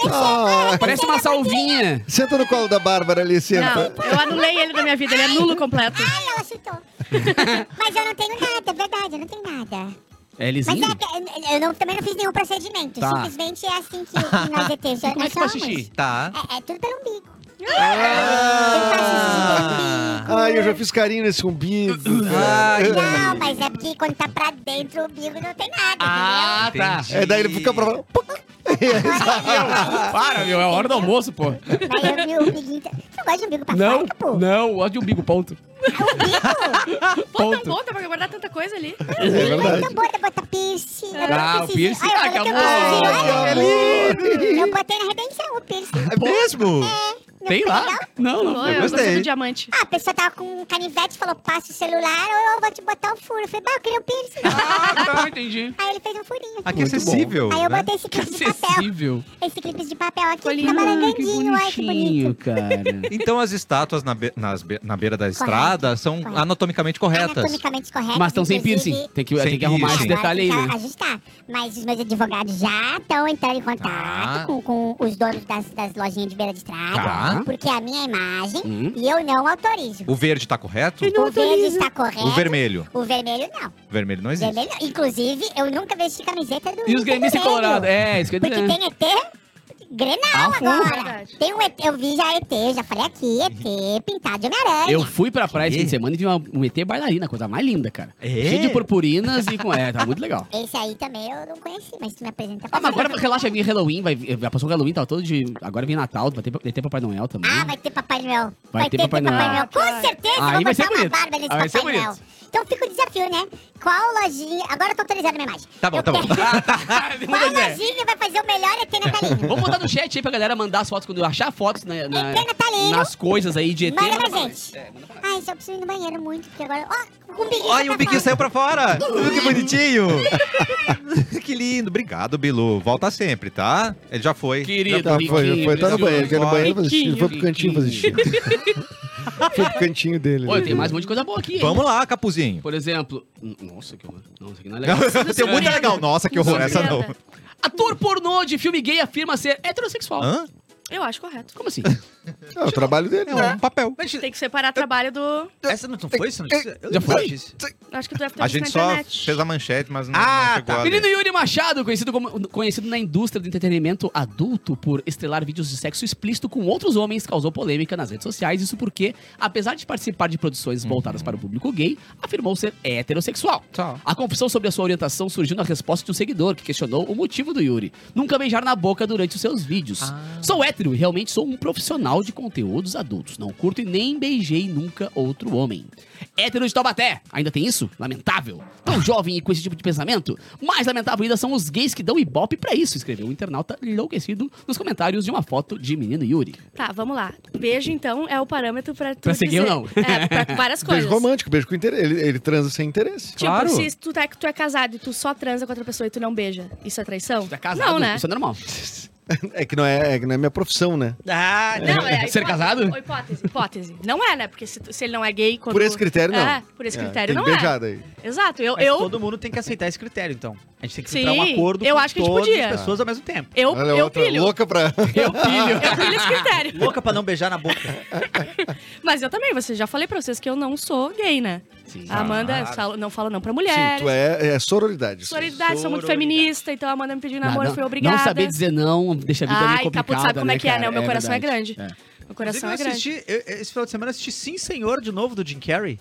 S5: isso.
S2: Ah,
S5: Parece uma salvinha.
S2: senta no colo da Bárbara ali, senta.
S4: Não, eu anulei ele da minha vida, ele é nulo completo.
S7: Ai, ela chutou. Mas eu não tenho nada, é verdade, eu não tenho nada.
S5: É
S7: Mas
S5: lisinho?
S7: é que eu- eu não- também não fiz nenhum procedimento.
S5: Tá.
S7: Simplesmente é assim que, que nós ETs já-
S5: Como é
S7: nós
S5: que faz
S7: somos.
S5: xixi?
S6: Tá.
S7: É, é tudo pelo umbigo.
S5: Ah!
S7: Quem faz xixi pelo umbigo.
S2: Ai, eu já fiz carinho nesse umbigo.
S1: Ah,
S2: cara.
S7: Não, mas é porque quando tá pra dentro o bigo não tem nada,
S5: Ah, tá.
S1: Entendi.
S2: É, daí ele fica pra lá. puc.
S5: Para, meu, é a hora do almoço, pô.
S7: entendeu? Mas eu vi o biguinho. tá- Você não gosta de um bigo pra
S5: Não,
S7: fora, pô?
S5: não, gosto de umbigo, ponto.
S4: Pô, tão bom, dá pra guardar tanta coisa ali.
S2: É
S7: Mas
S2: verdade.
S7: então bota, bota piercing. eu
S5: Ah,
S7: boto
S5: o piercing,
S7: Olha, eu
S5: acabou.
S7: coloquei o piercing, olha.
S2: Amor.
S7: Eu botei na redenção o piercing.
S1: é mesmo?
S7: É, não
S5: Tem
S7: foi
S5: lá?
S7: legal?
S5: Não, não.
S4: Boa, é, eu
S1: gostei.
S4: gostei do diamante.
S7: Ah, a pessoa tava com um canivete e falou, passa o celular ou eu vou te botar um furo. Eu falei, bah, eu queria um piercing.
S5: Ah, tá, entendi.
S7: Aí ele fez um furinho.
S1: Aqui é
S2: Muito bom.
S1: acessível.
S7: Aí eu
S1: né?
S7: botei esse
S5: Que
S7: clipe de papel.
S5: acessível.
S7: Esse clipe de papel aqui
S4: Olha,
S7: tá
S5: Ah,
S7: marangandinho. Ai, que bonito.
S5: cara.
S1: Então as estátuas na, be- nas be- na beira da estrada são
S7: correto.
S1: anatomicamente corretas.
S7: Anatomicamente é correto.
S5: Mas estão sem
S7: inclusive. tá,
S5: piercing. Tem que,
S1: Sem
S5: tem que arrumar
S1: piercing.
S5: esse detalhe aí,
S7: Agora
S5: né?
S7: tem que ajustar. tá. Mas os meus advogados já estão entrando em contato
S1: Tá.
S7: com, com os donos das, das lojinhas de beira de estrada.
S1: Tá.
S7: Porque é a minha imagem
S5: Hum.
S7: e eu não autorizo.
S1: O verde tá correto?
S7: O, verde está correto.
S1: O vermelho.
S7: O vermelho não.
S1: O vermelho não
S7: O
S1: existe.
S7: vermelho, não. inclusive, eu nunca vesti camiseta do
S5: E os
S7: do
S5: gremistas
S7: vermelho.
S5: colorados. É, isso que eu ia
S7: Porque
S5: dizer.
S7: tem ET Grenal
S5: Ah, foi.
S7: agora.
S4: Verdade.
S7: Tem um ET, eu vi já ET, já falei aqui,
S5: Uhum.
S7: ET pintado de Homem-Aranha.
S5: Eu fui pra praia esse
S1: Que?
S5: fim de semana e vi uma, um ET bailarina, coisa mais linda, cara.
S1: É?
S5: Cheio de purpurinas e com. É, tá muito legal.
S7: Esse aí também eu não conheci, mas tu me apresenta
S5: Ah, mas
S7: pra mim.
S5: agora relaxa, vem Halloween, vai, já passou o Halloween, tá todo de. Agora vem Natal, vai ter, vai ter Papai Noel também.
S7: Ah, vai ter Papai Noel.
S5: Vai ter Papai Noel.
S7: Com certeza
S5: Aí
S7: eu vou
S5: vai ser
S7: botar uma
S5: bonito.
S7: barba nesse
S5: Aí vai ser
S7: Papai Noel. Então fica o desafio, né? Qual lojinha... Agora eu tô autorizando a minha imagem.
S1: Tá bom,
S7: Eu
S1: tá bom.
S5: Ah,
S7: quero- Qual
S5: Muda de ideia.
S7: lojinha vai fazer o melhor ET natalino?
S5: Vamos botar no chat aí pra galera mandar as fotos quando eu achar fotos na- na-
S7: ET natalino.
S5: nas coisas aí de ET.
S7: tá Manda
S5: manda
S7: pra
S5: pra nós.
S7: gente. Ai, só preciso ir no banheiro muito, porque agora... Ó, um o biquinho
S1: Olha, o biquinho
S7: fora.
S6: É
S1: saiu pra fora! Viu que bonitinho! que lindo! Obrigado, Bilu. Volta sempre, tá? Ele já foi.
S5: Querido,
S2: Tá, foi,
S5: Riquinho,
S2: foi tá no
S5: precioso.
S2: banheiro, foi no banheiro fazer xixi,
S4: Riquinho,
S2: foi pro cantinho fazer xixi. foi pro cantinho dele. né?
S5: Olha, tem mais um monte de coisa boa aqui, hein?
S1: Vamos lá, Capuzinho.
S5: Por exemplo. N- Nossa, que horror. Não, isso aqui não é legal.
S1: Tem muito legal. Nossa, que horror. Essa não.
S5: Ator pornô de filme gay afirma ser heterossexual.
S1: Hã?
S4: Eu acho correto.
S5: Como assim?
S2: É o trabalho dele,
S1: É
S2: né?
S1: um papel.
S4: Tem que separar trabalho do.
S6: Essa não, não foi isso? Eu
S5: Já
S6: não
S5: foi?
S6: vi isso.
S4: Acho que tu deve ter
S1: A
S4: visto
S1: gente
S4: na
S1: só
S4: internet.
S1: fez a manchete, mas não,
S6: Ah,
S1: não chegou
S6: tá.
S1: a ler.
S5: Menino Yuri Machado, conhecido, como- conhecido na indústria do entretenimento adulto por estrelar vídeos de sexo explícito com outros homens, causou polêmica nas redes sociais. Isso porque, apesar de participar de produções voltadas para o público gay, afirmou ser heterossexual.
S1: Tá.
S5: A confusão sobre a sua orientação surgiu na resposta de um seguidor que questionou o motivo do Yuri. Nunca beijar na boca durante os seus vídeos.
S4: Ah.
S5: Sou hétero e realmente sou um profissional de conteúdos adultos. Não curto e nem beijei nunca outro homem. Hétero de Taubaté. Ainda tem isso? Lamentável. Tão jovem e com esse tipo de pensamento? Mais lamentável ainda são os gays que dão ibope pra isso, escreveu um internauta enlouquecido nos comentários de uma foto de menino Yuri.
S4: Tá, vamos lá. Beijo, então, é o parâmetro pra tu.
S5: um Pra ser gay
S4: dizer-
S5: ou não.
S4: É, pra várias
S2: Beijo
S4: coisas.
S2: romântico, beijo com interesse. Ele, ele transa sem interesse.
S4: Tipo, se tu é, tu é casado e tu só transa com outra pessoa e tu não beija, isso é traição?
S5: Tu é casado?
S4: Não, né?
S5: Isso é normal.
S2: É que não é, é que não é minha profissão, né?
S6: Ah,
S4: Não, é a
S5: Ser
S4: hipótese,
S5: casado?
S4: ou Hipótese, hipótese. Não é, né? Porque se, tu- se ele não é gay... Quando...
S2: Por esse critério, não.
S4: É, por esse
S2: É, tem
S4: critério não
S2: beijada aí.
S4: é. Exato, eu...
S6: Mas
S4: eu...
S6: todo mundo tem que aceitar esse critério, então. A gente tem que
S4: Sim,
S6: filtrar um acordo
S4: eu
S6: com
S4: acho que a gente
S6: todas
S4: podia.
S6: as pessoas ao mesmo tempo.
S4: Eu,
S2: Olha,
S4: eu
S2: é outra
S4: pilho.
S2: louca pra...
S5: Eu filho.
S4: Eu pilho esse critério.
S6: Louca pra não beijar na boca.
S4: Mas eu também, você já falei pra vocês que eu não sou gay, né?
S5: Sim.
S4: A Amanda fala- não fala não pra mulheres.
S2: Sim, tu é, é sororidade. isso.
S4: Sororidade, sou muito
S6: Sororidade.
S4: feminista, então a Amanda me pediu namoro,
S5: não,
S4: fui obrigada.
S5: Não saber dizer não deixa a vida meio
S4: Ai,
S5: complicada,
S4: Caputo, sabe como é que é,
S5: cara?
S4: né? O meu coração é
S5: verdade.
S4: grande. Meu coração
S6: eu
S4: é grande.
S6: assisti, eu- esse final de semana eu assisti Sim Senhor de novo do Jim Carrey.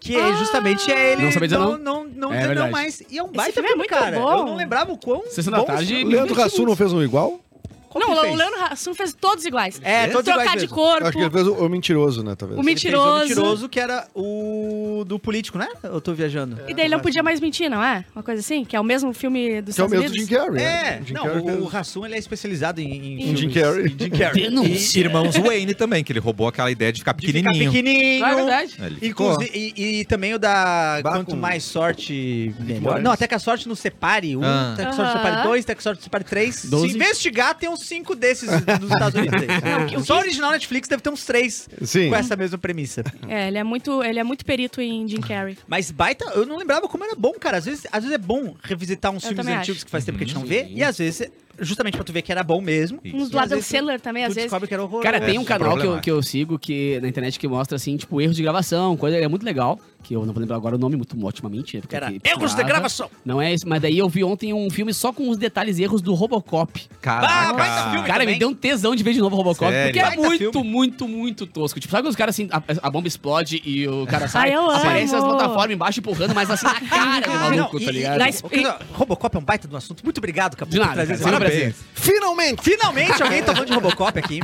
S6: Que é
S4: Ah!
S6: justamente é ele
S5: Não sabia dizer
S6: não, não, não
S5: É
S6: dizer não
S5: verdade.
S6: mais. E é um baita
S4: filme é
S6: filme,
S4: muito
S6: cara.
S4: bom.
S6: Eu não lembrava o quão.
S5: Sessão da
S6: bom
S5: tarde,
S6: esse filme
S2: Leandro Rassu não fez um igual?
S6: Qual que
S4: Não,
S6: ele
S4: o
S6: fez?
S4: Leandro Hassum fez todos iguais.
S6: É, todos
S4: Trocar
S6: iguais
S4: de
S6: mesmo.
S2: Eu acho
S4: corpo,
S2: que ele fez o, o mentiroso, né, talvez.
S4: o
S6: Ele fez o
S4: mentiroso.
S6: mentiroso que era o do político, né? Eu tô viajando.
S4: E daí ele não podia mais mentir, não é? Uma coisa assim? Que é o mesmo filme dos
S2: Que é o
S4: Estados
S2: mesmo do
S4: Unidos?
S2: Jim Carrey.
S6: É,
S2: né? Jim
S6: não,
S2: Carrey
S6: o, o
S2: fez-
S6: Hassum ele é especializado em,
S2: Em Jim Carrey.
S6: em Jim Carrey.
S5: É. Denúncia.
S1: Irmãos Wayne também, que ele roubou aquela ideia de ficar
S6: De ficar
S1: pequenininho.
S6: pequenininho.
S5: Ah, é verdade.
S1: Ele ficou.
S6: Inclusive, e, e também o da
S2: Bah,
S6: quanto
S2: com-
S6: mais sorte, melhor.
S2: melhores.
S6: Não, até que a sorte não separe. Um,
S1: Ah.
S6: até que a sorte
S4: Aham.
S6: separe dois, até que a sorte separe três.
S5: Doze.
S6: Se investigar, tem uns cinco desses nos Estados Unidos.
S4: Não, o que- o
S6: Só o original Netflix deve ter uns três
S2: Sim.
S6: com essa mesma premissa.
S4: É, ele é muito, ele é muito perito em Jim Carrey.
S6: Mas baita, eu não lembrava como era bom, cara. Às vezes, às vezes é bom revisitar uns
S4: Eu
S6: filmes
S4: também
S6: antigos
S4: acho.
S6: que faz tempo que a gente não
S5: Uhum.
S6: vê. E às vezes, é justamente pra tu ver que era bom mesmo, tu
S4: Uns do
S6: Às
S4: Adam
S6: vezes tu-
S4: Sandler também, às vezes.
S6: descobre que era horroroso.
S5: Cara, tem um
S1: Esse
S5: canal que eu,
S1: problemático.
S5: que eu sigo que, na internet que mostra, assim, tipo, erros de gravação, coisa é muito legal. Que eu não vou lembrar agora o nome muito otimamente. porque
S6: Era
S5: aqui
S6: erros de
S5: procurava.
S6: gravação.
S5: Não é isso, mas daí eu vi ontem um filme só com os detalhes e erros do Robocop.
S6: Ah,
S1: Caraca.
S6: baita filme.
S5: Cara,
S6: também.
S5: me deu um tesão de ver de novo o Robocop,
S1: Sério?
S5: porque é
S6: Baita
S5: muito,
S6: filme.
S5: muito, muito tosco. Tipo, sabe quando os caras assim, a, a bomba explode e o cara
S4: Ai,
S5: sai,
S4: Ah, eu
S5: aparece
S4: amo.
S5: as plataformas embaixo empurrando, mas assim na cara do
S6: Ah,
S5: maluco,
S6: não, e-
S5: tá
S6: e-
S5: ligado?
S4: dá
S6: e- ô, cara, Robocop é um baita de um assunto. Muito obrigado, Capu,
S5: De
S6: por
S5: nada,
S6: trazer
S5: cara,
S6: esse
S5: só no
S6: assunto.
S5: Brasil.
S2: Finalmente!
S6: Finalmente alguém tá falando de Robocop aqui.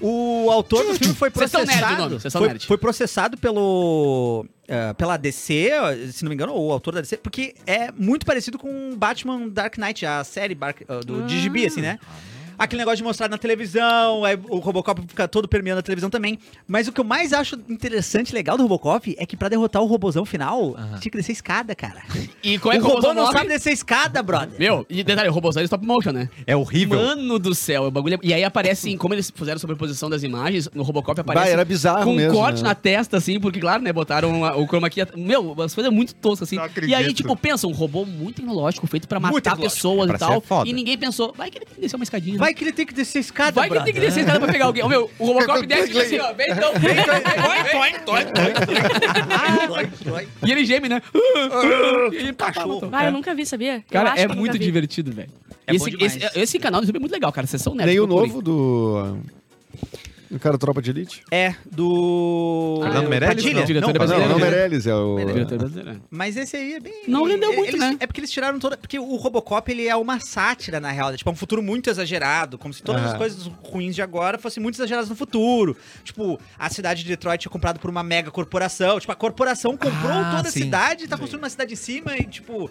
S6: O autor do filme foi
S5: Vocês são nerd,
S6: processado.
S5: nome, vocês são
S6: Foi,
S5: nerd.
S6: foi processado pelo. eh, pela DC, se não me engano, ou o autor da DC, porque é muito parecido com Batman Dark Knight, a série Bar- eh, do de Gibi, assim, né? aquele negócio de mostrar na televisão, aí o Robocop fica todo permeando a televisão também. Mas o que eu mais acho interessante e legal do Robocop é que pra derrotar o robozão final, tinha que descer escada, cara.
S5: E qual é
S6: o
S5: que eu
S6: robô
S5: vou
S6: não
S5: nome?
S6: sabe descer escada, brother.
S5: Meu, e detalhe, o robôzão é stop motion, né?
S1: É horrível.
S5: Mano do céu, o bagulho. é- E aí aparece, em- como eles fizeram sobreposição das imagens, no Robocop aparece.
S2: Vai, era bizarro
S5: com um
S2: mesmo.
S5: corte
S2: né?
S5: na testa, assim, porque, claro, né? Botaram a- o chroma key. at- Meu, as coisas muito toscas, assim.
S1: Não acredito.
S5: E aí, tipo, pensa, um robô muito tecnológico, feito pra
S6: Muito
S5: matar
S6: tecnológico.
S2: É,
S5: pessoas
S1: Pra
S5: e
S1: ser
S5: tal.
S1: foda.
S5: E ninguém pensou, vai que ele tem que descer uma escadinha. né?
S6: Vai que ele tem que descer escada,
S5: Vai que ele
S6: brother.
S5: tem que descer esse cara pra pegar alguém. Ô, meu, o Robocop desce e fica assim, ó. Vem então, vem, vem, vem, vem, vem, vem. E ele geme, né? E ele
S6: Cachorro.
S4: Vai, eu nunca vi, sabia? eu
S5: Cara, é
S4: acho que eu nunca
S5: muito
S4: vi.
S5: divertido, velho.
S6: É bom
S5: esse,
S6: demais.
S5: esse- esse canal do YouTube é muito legal, cara. Sessão nerd.
S2: Nem o
S5: procurem.
S2: novo do. O cara Tropa de Elite?
S6: É, do.
S1: Fernando
S6: Ah,
S1: Meirelles,
S6: Padilha.
S5: não. Diretor
S6: Não,
S5: é
S2: Mas não,
S5: brasileiro,
S2: não,
S5: né?
S2: Meirelles é o.
S5: Diretor brasileiro. né?
S6: Mas esse aí é bem.
S5: Não rendeu
S6: eles-
S5: muito, né?
S6: É porque eles tiraram toda. Porque o Robocop ele é uma sátira, na real. né? Tipo, é um futuro muito exagerado. Como se todas
S2: Aham.
S6: as coisas ruins de agora fossem muito exageradas no futuro. Tipo, a cidade de Detroit é comprada por uma mega corporação. Tipo, a corporação comprou
S1: Ah,
S6: toda
S1: sim.
S6: a cidade, tá construindo uma cidade em cima e, tipo.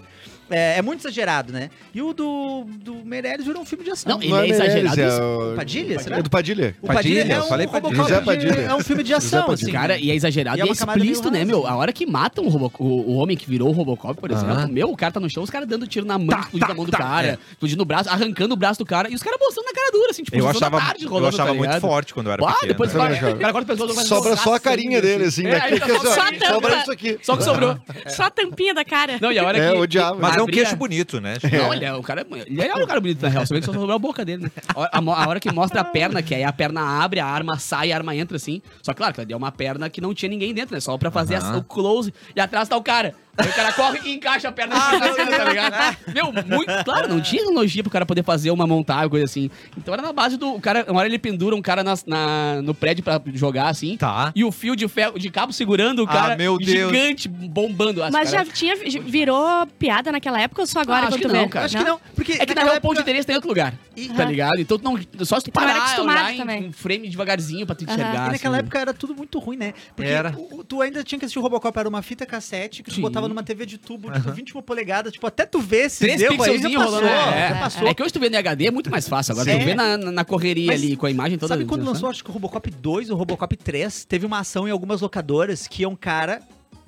S6: É, é muito exagerado, né? E o do, do Meirelles virou um filme de ação.
S5: Não, ele
S2: Não
S5: é exagerado.
S2: Meirelles,
S5: isso.
S2: o-
S6: Padilha, será?
S2: É do Padilha.
S6: O
S1: Padilha,
S6: Padilha,
S1: eu
S6: é
S1: falei
S6: um
S1: Padilha.
S6: Robocop.
S2: José Padilha.
S6: É um filme de
S2: José
S6: ação,
S2: Padilha.
S6: assim.
S5: Cara, e é exagerado e,
S6: E
S5: é
S6: é uma camada meio
S5: explícito, né,
S6: rasa,
S5: meu?
S6: assim.
S5: A hora que matam o, robo- o- o homem que virou o Robocop, por
S1: Aham.
S5: exemplo, meu, o cara tá no chão, os caras dando tiro na mão,
S1: Tá,
S5: explodindo
S1: tá,
S5: a mão do
S1: tá,
S5: cara, explodindo o braço, arrancando o braço do cara, e os caras mostrando na cara dura, assim, tipo,
S1: Eu
S5: sessão da
S1: achava,
S5: tarde
S1: eu
S5: rolando,
S1: achava
S5: tá
S1: muito
S5: ligado?
S1: forte quando eu era
S5: Bah,
S1: pequeno.
S5: depois
S1: né?
S5: vai,
S2: Também achava.
S5: o cara corta as pessoas, vai
S2: Sobra
S5: jogar
S2: só a
S5: sangue,
S2: carinha dele, assim.
S5: É,
S2: daqui,
S5: ele tá
S2: assim, ó,
S5: só
S4: a tampa.
S2: sobra isso aqui.
S5: Só que sobrou.
S4: Só a tampinha da cara.
S5: Não, e a hora
S2: É,
S5: que...
S2: odiava.
S5: que
S1: Mas é um
S5: abria-
S1: queixo bonito, né?
S5: Não, olha, o cara. Ele é um cara bonito, na real. Só vê que só sobrou a boca dele, né? A, hora- a mo- a hora que mostra a perna, que aí a perna abre, a arma sai, a arma entra assim. Só que, claro, que é uma perna que não tinha ninguém dentro, né? Só pra fazer
S1: Aham.
S5: a- o close e atrás tá o cara. Aí o cara corre e encaixa a
S1: Ah,
S5: perna na cena, tá ligado? Meu, muito. Claro, não tinha tecnologia pro cara poder fazer uma montagem, coisa assim. Então era na base do. O cara, uma hora ele pendura um cara nas- na- no prédio pra jogar, assim.
S1: Tá.
S5: E o fio de ferro, de cabo segurando o
S1: Ah,
S5: cara
S1: meu Deus.
S5: gigante, bombando. as
S4: Mas
S5: cara-
S4: já tinha, já virou piada naquela época ou só agora?
S5: Ah, acho
S4: quando
S5: que
S4: tu vê?
S5: não, cara.
S6: Acho que não, porque
S5: É que na
S6: naquela
S5: real o ponto de
S6: época-
S5: interesse tá em outro lugar.
S6: E-
S5: Tá ligado? Então tu não, só se tu
S4: tu não era
S5: parar
S4: acostumado
S5: olhar em
S4: também.
S5: um frame devagarzinho pra tu
S4: Aham.
S5: enxergar.
S6: E naquela
S5: assim.
S6: época era tudo muito ruim, né? Porque
S1: Era.
S6: o- o- tu ainda tinha que assistir o Robocop, era uma fita cassete que tu
S5: Sim.
S6: botava numa TV de tubo, tipo, 21 polegadas, tipo, até tu ver se
S5: Três
S6: deu aí,
S5: pixelzinhos
S6: já passou,
S5: rolando. É,
S6: já
S5: é.
S6: passou.
S5: É que hoje tu vê no HD é muito mais fácil. Agora
S6: É.
S5: tu vê na, na- na correria
S6: Mas
S5: ali, com a imagem toda.
S6: Sabe quando
S5: né?
S6: lançou, acho que o Robocop 2 ou o Robocop 3, teve uma ação em algumas locadoras que ia um cara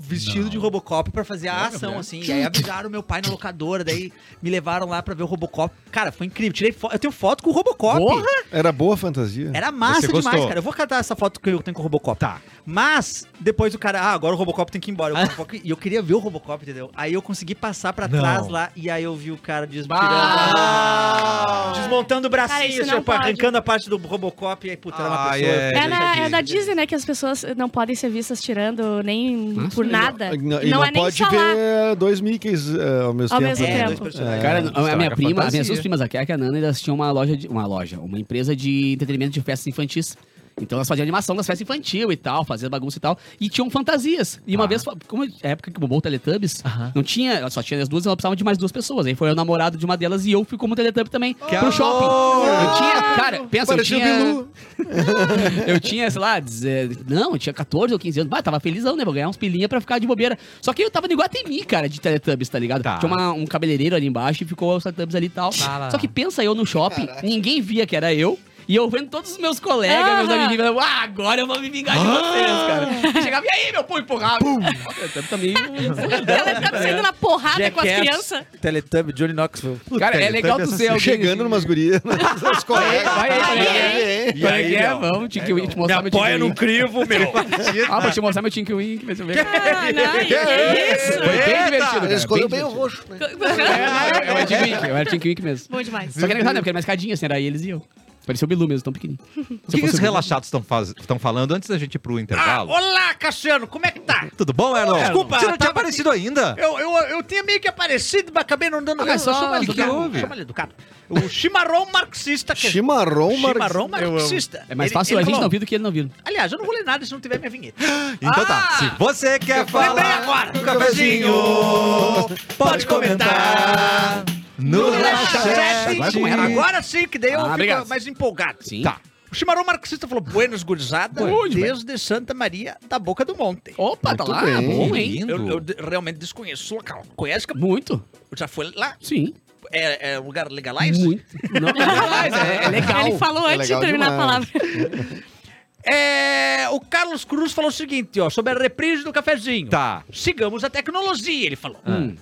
S6: vestido de Robocop pra fazer a ação, assim. E aí avisaram meu pai na locadora, daí me levaram lá pra ver o Robocop. Cara, foi incrível. Tirei fo- eu tenho foto com o Robocop.
S5: Porra!
S2: Era boa a fantasia.
S6: Era
S1: Você
S6: massa
S1: gostou?
S6: demais, cara. Eu vou catar essa foto que eu tenho com o Robocop. Hum. Tá. Mas, depois o cara, ah, agora o Robocop tem que ir embora. Eu, e eu queria ver o Robocop, entendeu? Aí eu consegui passar pra
S1: Não.
S6: trás lá, e aí eu vi o cara desvirando.
S5: Bah!
S6: Desmontando o
S4: Cara,
S6: bracinho,
S4: isso
S6: assim,
S4: não
S6: ó,
S4: pode.
S6: arrancando a parte do Robocop, e aí, puta, era uma
S1: Ah, é.
S6: pessoa. eu fiquei
S4: É, na,
S6: chateado.
S4: é da Disney, né? Que as pessoas não podem ser vistas tirando nem
S5: Nossa,
S4: por
S5: e não-
S4: nada.
S2: E
S4: E
S2: Hum? não,
S4: não,
S2: e não
S4: é nem
S2: pode
S4: falar.
S2: ver é, dois Mickeys eh, ao mesmo
S4: Ao
S2: tempo.
S4: mesmo
S2: né?
S6: É,
S4: tempo.
S6: dois personagens.
S5: Cara,
S1: Não,
S5: a minha
S1: estraga a
S5: prima, as
S1: fantasia.
S5: minhas duas primas aqui, a Kika e a Nana, elas tinham uma loja, de, uma loja, uma empresa de entretenimento de festas infantis. Então elas faziam animação das festas infantil e tal, faziam bagunça e tal. E tinham fantasias. E uma
S1: Ah.
S5: vez, como é a época que bombou o Teletubbies,
S1: Aham.
S5: não tinha, ela só tinha as duas, ela precisava de mais duas pessoas. Aí foi o namorado de uma delas e eu fui como Teletubby também, pro
S1: amor!
S5: shopping. Eu tinha, cara, pensa, eu
S2: Parecia o
S5: tinha...
S2: Bilu.
S5: Eu tinha, sei lá, deze- não, eu tinha 14 ou 15 anos. Bah, tava felizão, né? Vou ganhar uns pilinha pra ficar de bobeira. Só que eu tava no Iguatemi, cara, de Teletubbies, tá ligado?
S1: Tá.
S5: Tinha uma- um cabeleireiro ali embaixo e ficou os Teletubbies ali e tal.
S1: Lá, lá,
S5: Só que pensa eu no shopping, ninguém via que era eu. E eu vendo todos os meus colegas, meus
S4: Aham.
S5: amiguinhos, falando, ah, agora eu vou me vingar de vocês, cara. E chegava, e aí, meu pô, empurrava. Ó, o Teletubbies também.
S4: Ela tá saindo na porrada com as
S6: Jackass.
S4: crianças.
S6: Teletubby, Johnny Knoxville.
S5: Cara, é
S1: Teletubbies
S5: legal tu ser alguém.
S2: assim,
S5: assim.
S2: Chegando numas gurias, nas colegas.
S5: Vai aí, vai aí.
S2: aí.
S5: Como é que é? Vamos, tinha que eu ia te mostrar meu
S6: apoia
S5: tinha que eu ia.
S6: crivo, meu.
S5: Ah, vou te mostrar meu Tinky Wink, vai ver.
S4: Ah, não, e que isso?
S5: Foi É bem divertido, cara.
S2: Escolheu bem o
S5: divertido.
S2: roxo, né?
S5: É, Eu era Tink Wink, eu era Tink Wink mesmo.
S4: Bom demais.
S5: Só que era engraçado, né? Porque era uma escadinha, assim, era eles e eu. Parecia o Bilu mesmo, tão pequenininho.
S1: O que, que os
S5: fosse-
S1: relaxados estão faz- estão falando antes da gente ir pro
S6: Ah,
S1: intervalo?
S6: olá, Cassiano, como é que tá?
S1: Tudo bom, Erlon?
S6: Desculpa,
S1: Você não tinha
S6: tava-
S1: aparecido ainda?
S6: Eu, eu, eu tinha meio que aparecido, mas acabei não dando...
S5: Ah, mas só-
S6: chama ele
S5: que
S6: educado,
S1: houve?
S6: Chama ele educado. O chimarrão marxista. que-
S2: Chimarrão, Mar-
S6: chimarrão marxista.
S5: É mais
S6: Ele-
S5: fácil
S6: ele
S5: a gente
S6: falou,
S5: não vir do que ele não vir.
S6: Aliás, eu não vou ler nada se não tiver minha vinheta.
S1: Então tá,
S6: Ah!
S1: se você quer
S6: Lembrei
S1: falar
S6: agora.
S1: do um cafezinho, pode comentar no Relaxete.
S5: Agora com ela.
S6: Agora sim, que daí eu
S5: Ah,
S6: fico
S5: obrigado.
S6: mais empolgado.
S5: Sim.
S1: Tá.
S6: O chimarrão marxista falou, buenos gurizada,
S5: Buenos,
S6: desde Santa Maria da Boca do Monte.
S5: Opa, tá
S2: Muito
S5: lá,
S2: bem.
S5: bom, hein?
S1: Lindo.
S6: Eu, eu de- realmente desconheço o local. Conhece?
S5: Muito.
S6: Já foi lá?
S5: Sim.
S6: É, é um lugar legalized?
S5: Muito. Não, mas é, é legal.
S4: Ele falou
S2: É
S4: antes de
S2: legal
S4: terminar a
S2: demais.
S4: palavra.
S6: É, o Carlos Cruz falou o seguinte, ó, sobre a reprise do cafezinho.
S1: Tá. Ah.
S6: Sigamos a tecnologia, ele falou.
S5: Hum.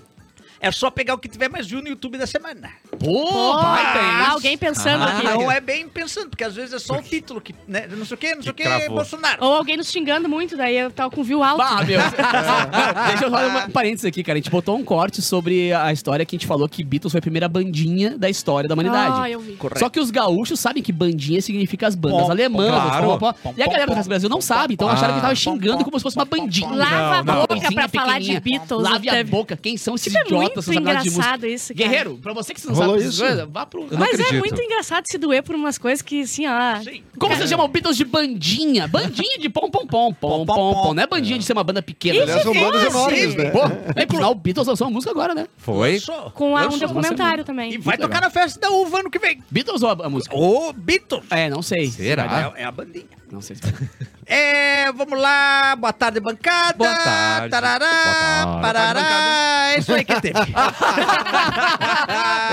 S6: É só pegar o que tiver mais viu no YouTube da semana.
S5: Pô, vai,
S4: Ah,
S5: tem.
S4: alguém pensando
S5: Ah,
S4: aqui.
S6: Não é bem pensando, porque às vezes é só o título que, né, não sei o que, não sei o
S1: Que
S6: que,
S1: cravou.
S6: Bolsonaro.
S4: Ou alguém nos xingando muito, daí eu tava com view alto.
S5: Bah, meu. Deixa eu falar uma- um parênteses aqui, cara. A gente botou um corte sobre a história que a gente falou que Beatles foi a primeira bandinha da história da
S4: Ah,
S5: humanidade.
S4: eu vi.
S5: Só que os gaúchos sabem que bandinha significa as bandas
S1: Pom,
S5: alemãs.
S1: claro.
S5: pom, pom, pom. E a galera do Resto do Brasil não sabe,
S1: Ah,
S5: então acharam que tava xingando como se fosse uma bandinha.
S4: Lava
S1: Não,
S4: a
S1: não.
S4: boca pra falar de Beatles.
S5: Lave a
S4: teve-
S5: boca. Quem são esses
S4: Isso é
S5: idiotas?
S4: muito
S5: essas habilidades de música?
S4: engraçado isso, cara.
S5: Guerreiro, pra você que não
S2: Rolou
S5: sabe essas
S2: isso?
S5: coisas, vá pro...
S1: Eu não
S4: Mas é
S1: acredito.
S4: muito engraçado se doer por umas coisas que, assim, ó...
S6: Sim.
S5: Como vocês chamam Beatles de bandinha? Bandinha de pom pom pom, pom pom pom. Não é bandinha de ser uma banda pequena.
S2: Aliás, são
S5: né?
S2: bandas enormes, né?
S5: Pô, é por sinal, o Beatles lançou uma música agora, né?
S1: Foi?
S6: Só.
S4: Com a-
S5: Eu
S4: um
S5: sou-
S4: documentário
S5: você-
S6: E
S4: também.
S6: vai
S5: Muito
S6: tocar na festa da uva ano que vem.
S5: Beatles ou a, a música?
S6: Ô, Beatles.
S5: É, não sei.
S1: Será?
S6: É, é a bandinha.
S5: Não sei.
S6: É, vamos lá. Boa tarde, bancada.
S1: Boa tarde.
S6: Tarará,
S1: Boa tarde.
S6: parará. É isso aí que teve.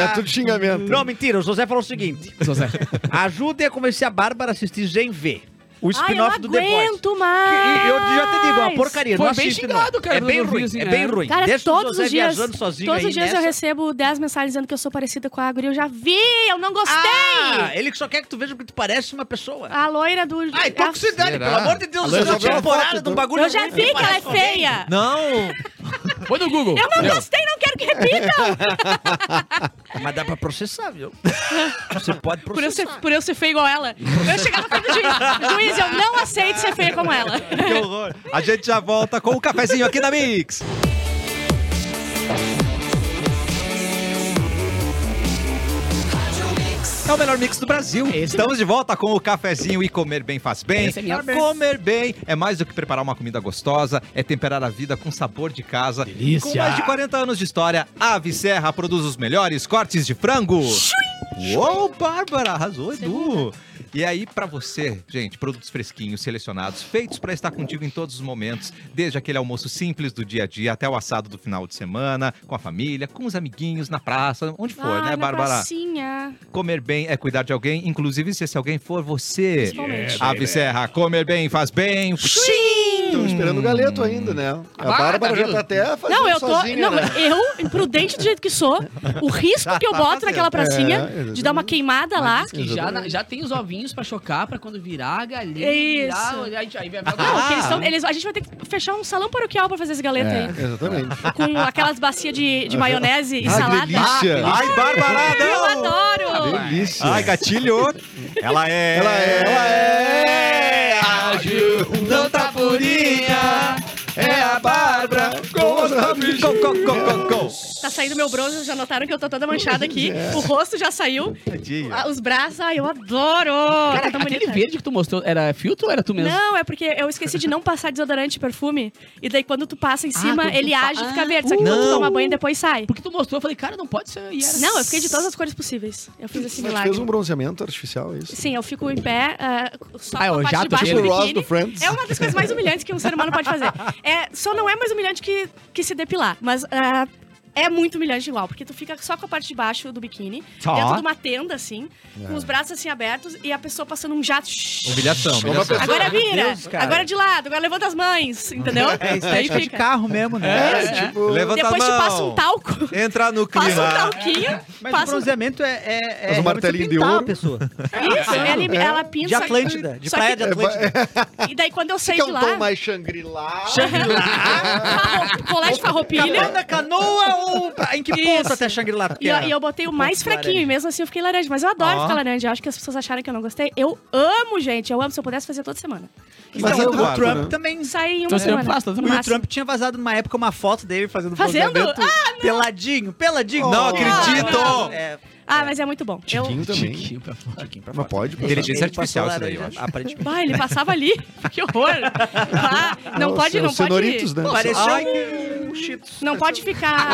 S2: É tudo xingamento.
S6: Não, mentira. O José falou o seguinte.
S5: José.
S6: Ajudem a convencer a Bárbara a assistir Gen V. O
S4: Ai, eu
S6: spin-off do The Boys.
S4: aguento
S6: Que-
S4: mais.
S6: e Eu já te digo, é uma porcaria.
S5: Foi
S6: não
S5: bem
S6: assiste,
S5: xingado,
S6: não.
S5: cara,
S6: É bem
S5: quando eu
S6: ruim,
S5: vi, assim,
S6: é
S5: né?
S6: bem ruim.
S4: Cara,
S6: Deixa o
S4: todos
S6: José
S4: os dias,
S6: viajando sozinho
S4: todos
S6: aí
S4: os dias eu
S6: nessa.
S4: recebo 10 mensagens dizendo que eu sou parecida com a Guri. Eu já vi, eu não gostei.
S6: Ah, ele só quer que tu veja que tu parece uma pessoa. Ah,
S4: A loira do...
S6: Ai, toxicidade,
S1: Será?
S6: pelo amor de Deus. Você
S2: Alô,
S6: não
S2: Isabel,
S6: tinha
S2: foto
S6: temporada de um
S2: do-
S6: bagulho
S4: é assim. Eu já
S6: ruim que
S4: vi que ela é
S6: parece com alguém.
S4: feia.
S1: Não!
S5: Foi no Google.
S4: Eu não
S5: Meu.
S4: gostei, não quero que repita.
S6: Mas dá pra processar, viu? Você pode
S4: Por eu, ser,
S6: processar.
S4: por eu ser feia igual ela. Eu chegava perto do juiz. Juiz, eu não aceito ser feia como ela.
S1: Que horror! A gente já volta com o cafezinho aqui na Mix. É o melhor mix do Brasil.
S5: Esse
S1: Estamos de volta com o cafezinho e comer bem faz bem.
S5: Essa é minha
S1: comer bem é mais do que preparar uma comida gostosa, é temperar a vida com sabor de casa.
S5: Delícia.
S1: Com mais de 40 anos de história, a Ave Serra produz os melhores cortes de frango. Uou, Bárbara, arrasou, Edu. E aí, pra você, gente, produtos fresquinhos, selecionados, feitos pra estar contigo em todos os momentos, desde aquele almoço simples do dia a dia até o assado do final de semana, com a família, com os amiguinhos, na praça, onde for,
S4: Ai,
S1: né,
S4: Ah, na
S1: Bárbara?
S4: pracinha.
S1: Comer bem é cuidar de alguém, inclusive se esse alguém for você. É,
S4: Principalmente.
S1: Ave Serra, comer bem faz bem.
S2: Estão esperando o galeto ainda, né? A
S5: Ah,
S2: Bárbara
S5: tá
S2: já
S5: vendo?
S2: tá até fazendo
S4: Não, eu tô.
S2: sozinha,
S4: não,
S2: né?
S4: eu, imprudente do jeito que sou, o risco que eu boto naquela pracinha
S2: É,
S4: de dar uma queimada lá.
S5: Diz que já, na- já tem os ovinhos pra chocar, pra quando virar a galinha.
S4: É isso. Ah,
S5: Virar, a gente- aí vai vai-
S4: Não, que eles são, eles, a gente vai ter que fechar um salão paroquial pra fazer esse galeto aí.
S2: É, exatamente.
S4: Com aquelas bacias de, de maionese e
S2: Ah,
S4: salada. Ah,
S2: delícia.
S4: é
S1: Ai, Bárbara,
S4: Eu
S1: não!
S4: adoro!
S2: Delícia.
S1: Ai, gatilho! Ela é.
S2: Ela é, ela é
S1: ágil, não tá purinha.
S2: É a Bárbara com os rabiscos.
S1: Go, go, go, go, go.
S4: Tá saindo meu bronze, já notaram que eu tô toda manchada aqui.
S5: É.
S4: O rosto já saiu.
S1: Tadinha.
S4: Ah, Os braços, ai, eu adoro!
S5: Cara,
S4: tá tão
S5: aquele
S4: bonita.
S5: verde que tu mostrou, era filtro ou era tu mesmo?
S4: Não, é porque eu esqueci de não passar desodorante e perfume. E daí quando tu passa em cima,
S5: quando tu
S4: ele
S5: pa-
S4: age e
S5: Ah,
S4: fica verde. Só que quando tu
S1: não.
S4: toma banho, depois sai.
S5: Porque tu mostrou, eu falei, cara, não pode ser. E era-
S4: Não, eu fiquei de todas as cores possíveis. Eu fiz esse
S2: Mas tu
S4: milagre.
S2: fez um bronzeamento artificial, é isso?
S4: Sim, eu fico em pé, ah, só
S5: Ah,
S4: com
S5: eu
S4: a
S5: já
S4: parte de baixo
S5: tô
S4: do
S2: Tipo o Ross
S4: biquíni.
S2: do Friends.
S4: É uma das coisas mais humilhantes que um ser humano pode fazer. É, só não é mais humilhante que, que se depilar, mas ah, é muito humilhante igual, porque tu fica só com a parte de baixo do biquíni,
S1: Tá.
S4: dentro de uma tenda, assim,
S6: É.
S4: com os braços assim abertos e a pessoa passando um jato.
S1: Humilhação, humilhação.
S4: Agora vira,
S6: Deus, cara.
S4: agora de lado, agora levanta as mães, entendeu?
S6: É
S4: Aí
S6: estética de
S4: fica.
S6: carro mesmo, né?
S2: É, tipo...
S1: Levanta
S4: Depois
S1: a
S4: te
S1: mão.
S4: passa um talco,
S1: Entra no
S4: passa um
S1: clima.
S4: talquinho,
S6: Mas o
S4: passa um...
S6: bronzeamento é, é, é
S2: Faz um
S6: realmente
S2: martelinho de
S6: pintar
S2: ouro.
S6: a pessoa.
S4: Isso, ela, ela
S6: Ah,
S4: pinta.
S6: é. De Atlântida, de
S4: só É.
S6: praia de Atlântida.
S4: E daí quando eu saí
S2: Que é
S4: de
S2: um
S4: lá,
S2: tom mais Shangri-La.
S4: farro- colete de farroupilha.
S6: Capão da canoa ou pra- em que ponto até Shangri-La?
S4: E eu, e eu botei o mais
S6: de
S4: fraquinho, e
S6: É. laranja.
S4: mesmo assim eu fiquei laranja. Mas eu adoro
S1: Ó.
S4: ficar laranja. Acho que as pessoas acharam que eu não gostei. Eu amo, gente. Eu amo. Se eu pudesse fazer toda semana.
S6: Então,
S2: Mas é
S6: o
S2: claro,
S6: Trump
S2: né?
S6: também...
S4: Saí em uma
S5: Então seria
S4: semana.
S5: pasta,
S4: no
S5: né?
S6: O Will
S4: máximo.
S6: Trump tinha vazado numa época uma foto dele fazendo
S4: Fazendo? Ah,
S6: bronzeamento peladinho, peladinho.
S1: Não
S4: acredito!
S6: É,
S4: Ah, mas é muito bom. Eu...
S2: Tiquinho também.
S5: Chiquinho assim, tipo, pra fora.
S2: Mas pode,
S1: Inteligente.
S2: pô.
S1: Inteligência
S6: ele
S1: artificial
S6: passou
S1: isso daí, eu
S6: laranja,
S1: acho.
S6: Aparentemente.
S4: Bah, ele passava ali. Que horror. Bah, não
S2: Nossa,
S4: pode, não
S2: Ah, os cenoritos,
S4: pode.
S2: né?
S6: Pareceu
S1: Ai,
S6: um um cheetos.
S4: Não pode ficar.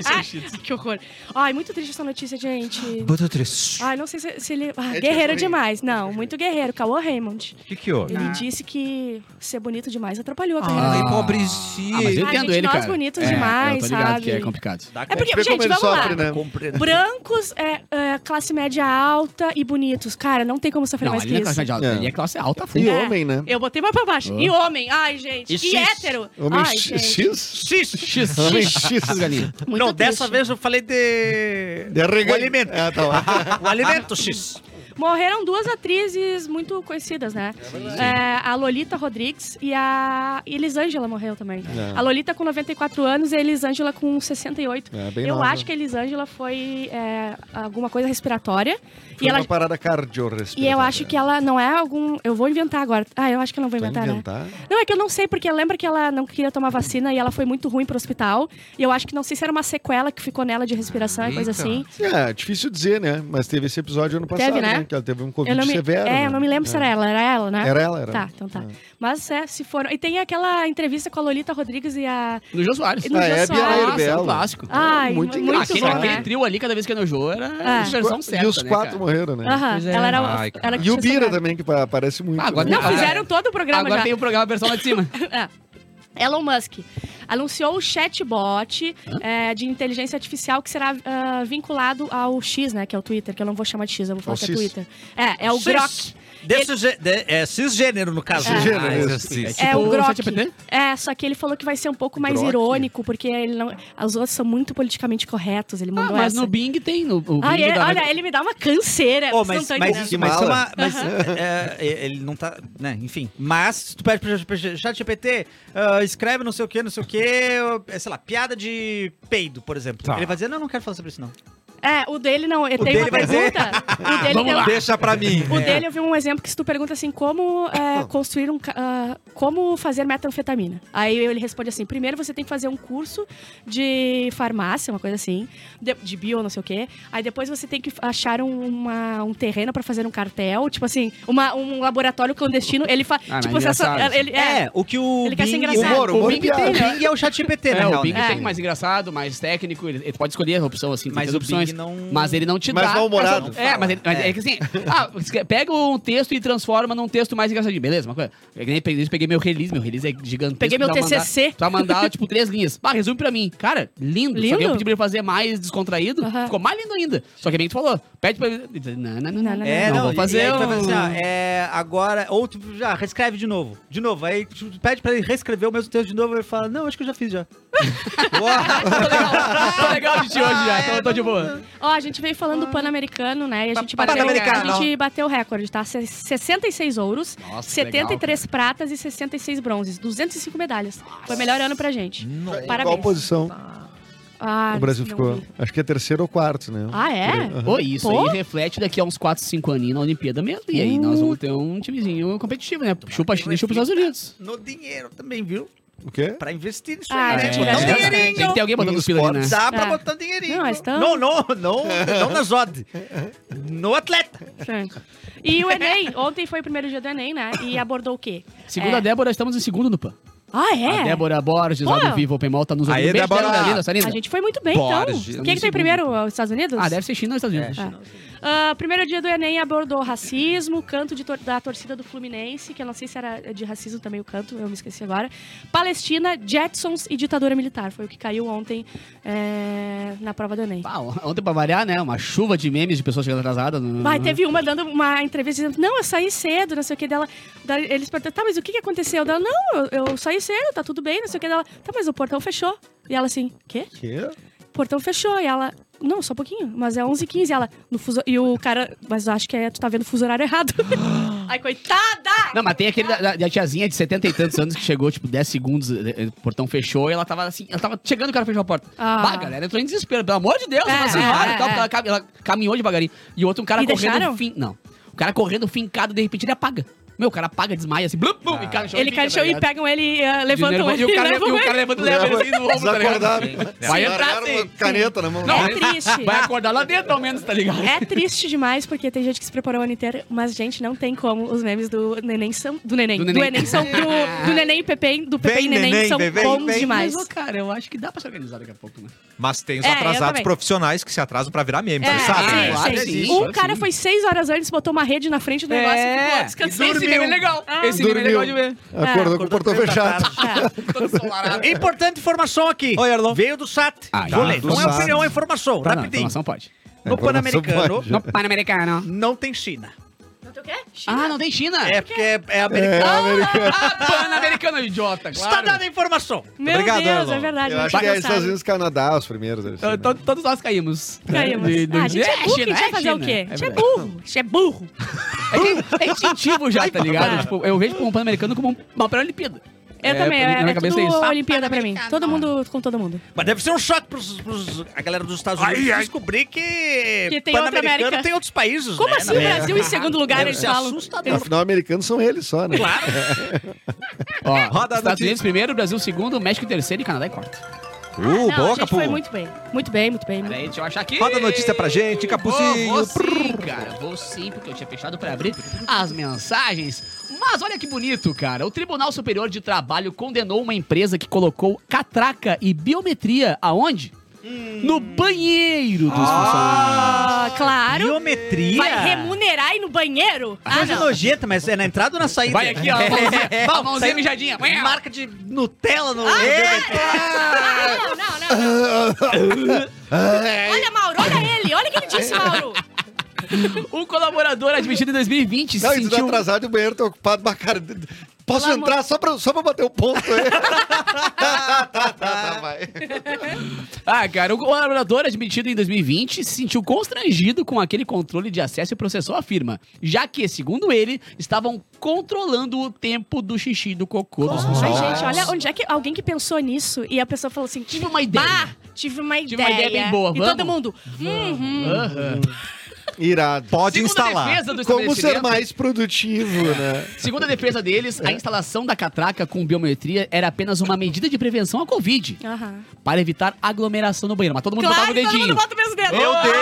S6: Esse é um cheetos.
S4: que horror. Ai, muito triste essa notícia, gente.
S1: Botou três.
S4: Ai, não sei se, se ele.
S2: É
S4: Ah, guerreiro demais. Não, muito guerreiro. Cauã Raymond.
S1: O que que houve?
S4: Ele
S3: Ah.
S4: disse que ser bonito demais atrapalhou a
S5: Ah,
S4: carreira. dele.
S1: pobrezinho.
S5: Ah, mas eu
S4: Ah,
S5: entendo
S4: gente,
S5: ele,
S4: nós
S5: cara.
S4: bonitos
S5: É,
S4: demais,
S5: eu tô ligado
S4: sabe?
S5: que é complicado.
S6: Dá
S4: É porque,
S2: Ah, Vê como
S4: gente,
S2: ele
S4: vamos
S2: sofre,
S4: lá.
S2: né?
S6: compreender.
S4: Brancos, é, é, classe média alta e bonitos. Cara, não tem como sofrer
S5: Não,
S4: mais
S5: ele
S4: que
S5: não é
S4: isso.
S5: classe média alta,
S2: É.
S5: ele é classe alta, full.
S2: E
S4: É.
S2: homem, né?
S4: Eu botei mais pra baixo.
S5: Ah.
S4: E homem. Ai, gente.
S5: E
S4: E,
S5: cis.
S4: hétero.
S2: Homem
S4: Ai,
S2: X.
S4: gente.
S2: X?
S5: X, X,
S2: Homem
S5: X.
S2: X.
S5: galinha.
S4: Muito
S6: não, dessa
S4: triste.
S6: vez eu falei de.
S2: De arregan-
S6: O alimento.
S2: Ah, tá lá.
S6: o alimento, X.
S4: Morreram duas atrizes muito conhecidas, né? É, a Lolita Rodrigues e a Elisângela morreu também.
S2: É.
S4: A Lolita com 94 anos e a Elisângela com 68.
S2: É, bem
S4: Eu
S2: nova.
S4: acho que a Elisângela foi é, alguma coisa respiratória.
S2: Foi
S4: e ela
S2: uma né? parada cardiorrespiratória.
S4: E eu acho que ela não é algum. Eu vou inventar agora. Ah, eu acho que eu não vou
S2: Vai
S4: inventar, né?
S2: inventar.
S4: Não, é que eu não sei, porque lembra que ela não queria tomar vacina e ela foi muito ruim pro hospital. E eu acho que não sei se era uma sequela que ficou nela de respiração e coisa
S1: Eita.
S4: assim.
S2: É, difícil dizer, né? Mas teve esse episódio ano passado,
S4: Teve, né?
S2: Que ela teve um
S4: Eu
S2: Covid
S4: não me...
S2: severo.
S4: é,
S2: né?
S4: eu não me lembro se era ela. Era ela, né?
S2: Era ela, era.
S4: Tá, então tá. Mas é, se foram. E tem aquela entrevista com a Lolita Rodrigues e a.
S5: No Jô Soares.
S4: No
S2: Ah,
S4: Jô
S2: é,
S4: Soares.
S2: Bia Herber,
S5: Nossa, é um
S2: ela.
S5: clássico.
S4: Ai,
S2: Muito
S4: muito,
S5: Ah,
S4: muito
S5: aquele,
S4: bom,
S5: aquele
S4: né?
S5: trio ali, cada vez que é no Jô, era
S4: É.
S5: diversão certa,
S2: E os
S5: né,
S2: quatro
S5: cara?
S2: morreram, né?
S4: Aham,
S5: Pois é.
S4: ela era.
S1: Ai, cara.
S4: ela que
S2: E o
S4: tinha
S2: Bira
S4: sobrado.
S2: também, que pa- parece muito.
S5: Ah, agora
S2: né?
S4: Não, fizeram todo o programa
S5: Agora
S4: já.
S5: tem o programa versão lá de cima.
S4: É. Elon Musk anunciou o chatbot é, de inteligência artificial que será ah, vinculado ao X, né? Que é o Twitter, que eu não vou chamar de X, eu vou falar
S2: Ao
S4: que é
S2: X.
S4: Twitter. É, é o Grok.
S6: Desse gê- de- é, cisgênero, no caso.
S2: Cisgênero.
S6: Ah,
S2: isso.
S1: cis.
S4: é o
S5: Grok.
S4: Grok. É, só que ele falou que vai ser um pouco mais
S2: Grok?
S4: irônico, porque ele não. Os outros são muito politicamente corretos. Ele
S5: Ah,
S4: mandou
S5: mas
S4: essa.
S5: no Bing tem. No, o
S4: Ah,
S5: Bing
S4: é,
S5: da-
S4: olha, ele me dá uma canseira.
S6: Ô,
S4: vocês
S6: mas,
S4: não estão
S6: mas,
S4: entendendo.
S6: isso- mas, isso é
S2: Mala.
S6: uma- mas, é, é, ele não tá, né, enfim. Mas se tu pede pro chat GPT, ah, escreve não sei o que, não sei o que, sei lá, piada de peido, por exemplo.
S1: Tá.
S6: Ele vai dizer, não, não quero falar sobre isso, não.
S4: É, o dele não. Ele tem
S6: dele
S4: uma
S6: vai ser-
S4: pergunta. O dele
S5: Vamos
S4: tem
S5: lá.
S1: Deixa pra mim.
S4: O dele eu vi um exemplo que se tu pergunta assim, como é, construir um. ca- ah, como fazer metanfetamina? Aí ele responde assim: primeiro você tem que fazer um curso de farmácia, uma coisa assim, de, de bio, não sei o quê. Aí depois você tem que achar um, uma- um terreno pra fazer um cartel, tipo assim, uma- um laboratório clandestino. Ele faz.
S5: Ah, mas
S4: tipo, essa-
S5: engraçado.
S4: ele,
S6: É,
S4: é,
S6: o que o
S4: Ele quer ser
S6: Bing-
S4: engraçado.
S2: Humor,
S6: o
S2: humor
S6: Bing
S2: piada.
S6: tem, o Bing é o chat GPT, na
S5: É, o
S6: real,
S5: Bing
S6: né?
S4: É.
S5: tem mais engraçado, mais técnico. Ele, ele pode escolher a opção, assim,
S6: Mas
S5: mas
S6: o
S5: opções.
S6: Bing não-
S5: Mas ele não te
S2: Mas
S5: dá.
S2: mal-humorado.
S5: essa- É, mas, ele, mas
S6: É.
S5: é. que assim. Ah, esque- pega um texto e transforma num texto mais engraçadinho. Beleza, uma coisa. Eu que nem peguei, peguei meu release, meu release é gigantesco.
S4: Peguei meu
S5: tu vai mandar-
S4: TCC.
S5: tu vai mandar, tipo, três linhas. Bah, resume pra mim. Cara, lindo. Só que eu
S4: Lindo?
S5: pedi pra ele fazer mais descontraído.
S4: Aham.
S5: Ficou mais lindo ainda. Só que é bem que tu falou. Pede pra ele. ele diz, Não, não, não, não.
S4: Não, não,
S6: É, não,
S5: vou
S6: e-
S5: fazer.
S6: e aí tu vai
S5: um-
S6: fazer assim, ó, é, agora, ou tu já reescreve de novo, de novo, aí tu pede pra ele reescrever o mesmo texto de novo, ele fala, não, acho que eu já fiz já.
S5: tô Ah, tá legal, tô legal de ti hoje
S6: Ah,
S5: já, então eu tô de boa.
S4: Ó, a gente veio falando do Pan-Americano, né? E a gente, bateu,
S6: Pan-Americano.
S4: a gente bateu o recorde, tá? Se- 66 ouros,
S5: Nossa, que
S4: 73 pratas e 66 bronzes. 205 medalhas. Foi o melhor ano pra gente.
S2: Em Qual
S4: Parabéns.
S2: posição
S4: Ah,
S2: o Brasil
S4: não
S2: ficou?
S4: vi.
S2: Acho que é terceiro ou quarto, né?
S4: Ah, é?
S5: Pô, isso
S4: Pô.
S5: aí reflete daqui a uns 4, 5 aninhos na Olimpíada mesmo. E aí nós vamos ter um timezinho competitivo, né? Chupa a China e chupa os Estados Unidos.
S6: No dinheiro também, viu?
S2: O quê?
S6: Pra investir nisso
S4: Ah,
S6: aí,
S4: é,
S6: né? Botar um
S4: é.
S6: dinheirinho.
S5: Tem que ter alguém botando os pila ali, né?
S6: Dá pra
S4: É.
S6: botar um dinheirinho.
S4: Não, mas tão-
S6: não, não, não, não na Zod. No atleta.
S4: Sim. E o Enem, ontem foi o primeiro dia do Enem, né? E abordou o quê?
S5: Segundo a
S4: É.
S5: Débora, estamos em segundo no PAN.
S4: Ah,
S5: A
S4: é?
S5: Débora Borges, lá
S4: Pô.
S5: do Vivo Open Mall, tá nos
S1: Aê,
S5: ouvindo. Beijo,
S1: Débora.
S5: Débora, linda, sua linda.
S4: A gente foi muito bem,
S1: Borges.
S4: então. Quem que tem primeiro? Os Estados Unidos?
S5: Ah, deve ser China ou Estados Unidos.
S4: É. Ah, primeiro dia do Enem abordou racismo, canto de tor- da torcida do Fluminense, que eu não sei se era de racismo também o canto, eu me esqueci agora. Palestina, Jetsons e ditadura militar. Foi o que caiu ontem é, na prova do Enem.
S5: Pá, Ah, ontem pra variar, né? Uma chuva de memes de pessoas chegando atrasadas. no-
S4: Vai,
S5: no-
S4: teve uma dando uma entrevista dizendo, não, eu saí cedo, não sei o que dela. Da- Eles perguntaram, tá, mas o que que aconteceu? Dela, não, eu, eu saí cedo, tá tudo bem, não sei o que dela. Tá, mas o portão fechou. E ela assim, quê?
S2: Quê?
S4: O portão fechou. E ela, não, só um pouquinho, mas é 11h15. Ela, no fuso... E o cara, mas eu acho que é, tu tá vendo o fuso horário errado. Ai, coitada!
S5: Não, mas tem aquele da, da- da tiazinha de 70 e tantos anos que chegou, tipo, 10 segundos, eh, eh, o portão fechou e ela tava assim, ela tava chegando e o cara fechou a porta.
S4: Ah.
S5: Bah, galera, entrou em desespero, pelo amor de Deus,
S4: É,
S5: uma senhora
S4: é,
S5: e tal,
S4: é.
S5: ela, cam- ela caminhou devagarinho. E outro, um cara
S4: E
S5: correndo,
S4: deixaram?
S5: fin- não. O cara correndo fincado, de repente ele apaga. Meu, o cara apaga, desmaia assim, blum, blum, e cai no chão.
S4: Ele
S5: fica,
S4: cai no chão
S5: tá
S4: e
S5: ligado?
S4: pegam ele, eh,
S5: De
S4: levantam
S5: nervo-
S4: ele.
S5: E o cara,
S4: levam
S5: e o cara
S4: ele.
S5: levanta, leva ele assim no ombro, tá ligado?
S2: Desacordado.
S5: Vai entrar
S2: Largaram uma
S5: assim.
S2: Caneta na mão.
S5: Não,
S4: É triste.
S5: Vai acordar lá dentro, ao menos, tá ligado?
S4: É triste demais, porque tem gente que se preparou o ano inteiro, mas, gente, não tem como. Os memes do neném são. Do neném.
S5: Do
S4: Do,
S5: neném.
S4: neném são. Do, do neném e Pepe, do Pepe
S1: Vem,
S4: e neném,
S1: neném,
S4: são
S1: vem, vem,
S4: bons
S1: vem.
S4: demais.
S5: Mas, ô, cara, eu acho que dá pra se organizar daqui a pouco, né?
S1: Mas tem os
S4: É, eu
S1: atrasados
S4: também.
S1: profissionais que se atrasam pra virar meme,
S4: É,
S1: vocês sabem,
S5: sim,
S1: né?
S5: claro,
S4: sim,
S5: sim.
S4: sim. Um
S5: Claro,
S4: cara
S5: sim.
S4: foi seis horas antes, botou uma rede na frente do negócio e ficou, ó, descansei.
S5: Esse meme é legal. Esse meme é
S2: Dormiu.
S5: legal de ver.
S2: Acordou com o portão fechado.
S4: É.
S5: Todo ensolarado.
S6: Importante informação aqui.
S1: Oi, Erlon.
S6: Veio do SAT.
S5: Ah,
S6: Vou
S5: tá,
S6: ler.
S2: do
S6: Não é
S2: SAT.
S6: opinião, é informação.
S5: Tá, não,
S6: rapidinho.
S5: informação pode.
S2: A
S6: No
S2: informação
S6: Pan-Americano,
S2: pode.
S5: No Panamericano.
S6: não tem China.
S4: Não tem o quê? China.
S5: Ah, não tem China?
S6: É porque é, é
S2: É,
S6: americano.
S2: americano.
S5: Ah, Pan-Americano, idiota,
S6: Está
S5: claro.
S6: dada a informação.
S4: Meu
S1: Obrigado,
S4: Deus,
S1: Elon.
S4: é verdade.
S2: Eu
S4: não
S2: acho que
S4: tinha
S2: é Estados
S4: pensado.
S2: Unidos e Canadá os primeiros. eles
S5: Então,
S2: chamam.
S5: to- Todos nós caímos.
S4: Caímos.
S5: De- né? de-
S4: Ah, a gente é burro, a gente vai
S5: China,
S4: fazer o quê?
S5: China,
S4: A gente é
S5: verdade.
S4: burro, a gente é burro.
S5: É que- é instintivo já, tá ligado?
S4: papai.
S5: Tipo, eu vejo o Pan-Americano como um- uma pré-Olimpíada.
S4: Eu
S5: É,
S4: também,
S5: pra mim, na
S4: é,
S5: minha
S4: é
S5: cabeça
S4: tudo
S5: é isso.
S4: Olimpíada pra mim. Todo mundo com todo mundo.
S6: Mas deve ser um choque pros, pros- a galera dos Estados Unidos descobrir que,
S4: Que tem outra
S6: Pan-Americano
S4: América.
S6: tem outros países,
S4: Como
S5: é
S6: né,
S4: assim
S6: na
S4: o
S6: América?
S4: Brasil em segundo lugar,
S6: Deve
S4: eles
S6: ser
S4: falam?
S6: assustador.
S2: Afinal, americanos são eles só, né?
S6: Claro.
S5: Ó,
S1: Roda a
S5: Estados
S1: notícia.
S5: Unidos primeiro, Brasil segundo, México terceiro e Canadá em quarto.
S1: Uh,
S4: Não, a
S1: boa,
S4: gente
S1: Capu.
S4: foi muito bem. Muito bem, muito bem. muito
S5: Peraí, deixa eu achar aqui.
S1: Roda a notícia pra gente, Capuzinho.
S5: Vou, vou sim, cara. Vou sim, porque eu tinha fechado pra abrir as mensagens. Mas olha que bonito, cara. O Tribunal Superior de Trabalho condenou uma empresa que colocou catraca e biometria aonde?
S1: Hum.
S5: No banheiro dos funcionários.
S4: Ah, claro.
S6: Biometria?
S4: Vai remunerar e ir no banheiro? Ah,
S6: Coisa
S4: não.
S6: nojenta, mas é na entrada ou na saída?
S5: Vai aqui, ó. A mãozinha, a mãozinha
S6: Saiu
S5: mijadinha.
S6: Marca de Nutella no...
S5: é.
S4: Ah, não, não, não, não. Olha, Mauro, olha ele. Olha o que ele disse, Mauro.
S5: Um colaborador admitido em 2020
S1: é
S2: Não, e tu tá
S5: sentiu...
S2: atrasado e o banheiro tá ocupado, mas cara, posso
S4: Pelo
S2: entrar só pra, só pra bater o ponto aí? Tá, tá, tá, tá, vai.
S5: Ah, cara, o colaborador admitido em 2020 se sentiu constrangido com aquele controle de acesso e processou a firma, já que, segundo ele, estavam controlando o tempo do xixi e do cocô dos
S4: Ai,
S5: funcionários.
S4: gente, olha onde é que alguém que pensou nisso e a pessoa falou assim:
S5: Tive uma ideia.
S4: Bah, tive uma ideia.
S5: Tive uma ideia bem boa,
S4: E
S5: vamos?
S4: todo mundo. Uhum.
S5: Aham.
S2: Irado.
S1: Pode
S5: Segundo a
S1: instalar.
S5: defesa do
S2: Como ser
S5: estabelecimento-
S2: mais produtivo, né?
S5: Segundo a defesa deles, a instalação da catraca com biometria era apenas uma medida de prevenção à Covid,
S4: Aham.
S5: para evitar aglomeração no banheiro. Mas todo mundo botava
S4: Claro
S5: o
S4: que todo
S5: dedinho.
S4: mundo bota o mesmo dedo.
S5: Meu
S4: Ah,
S5: Deus!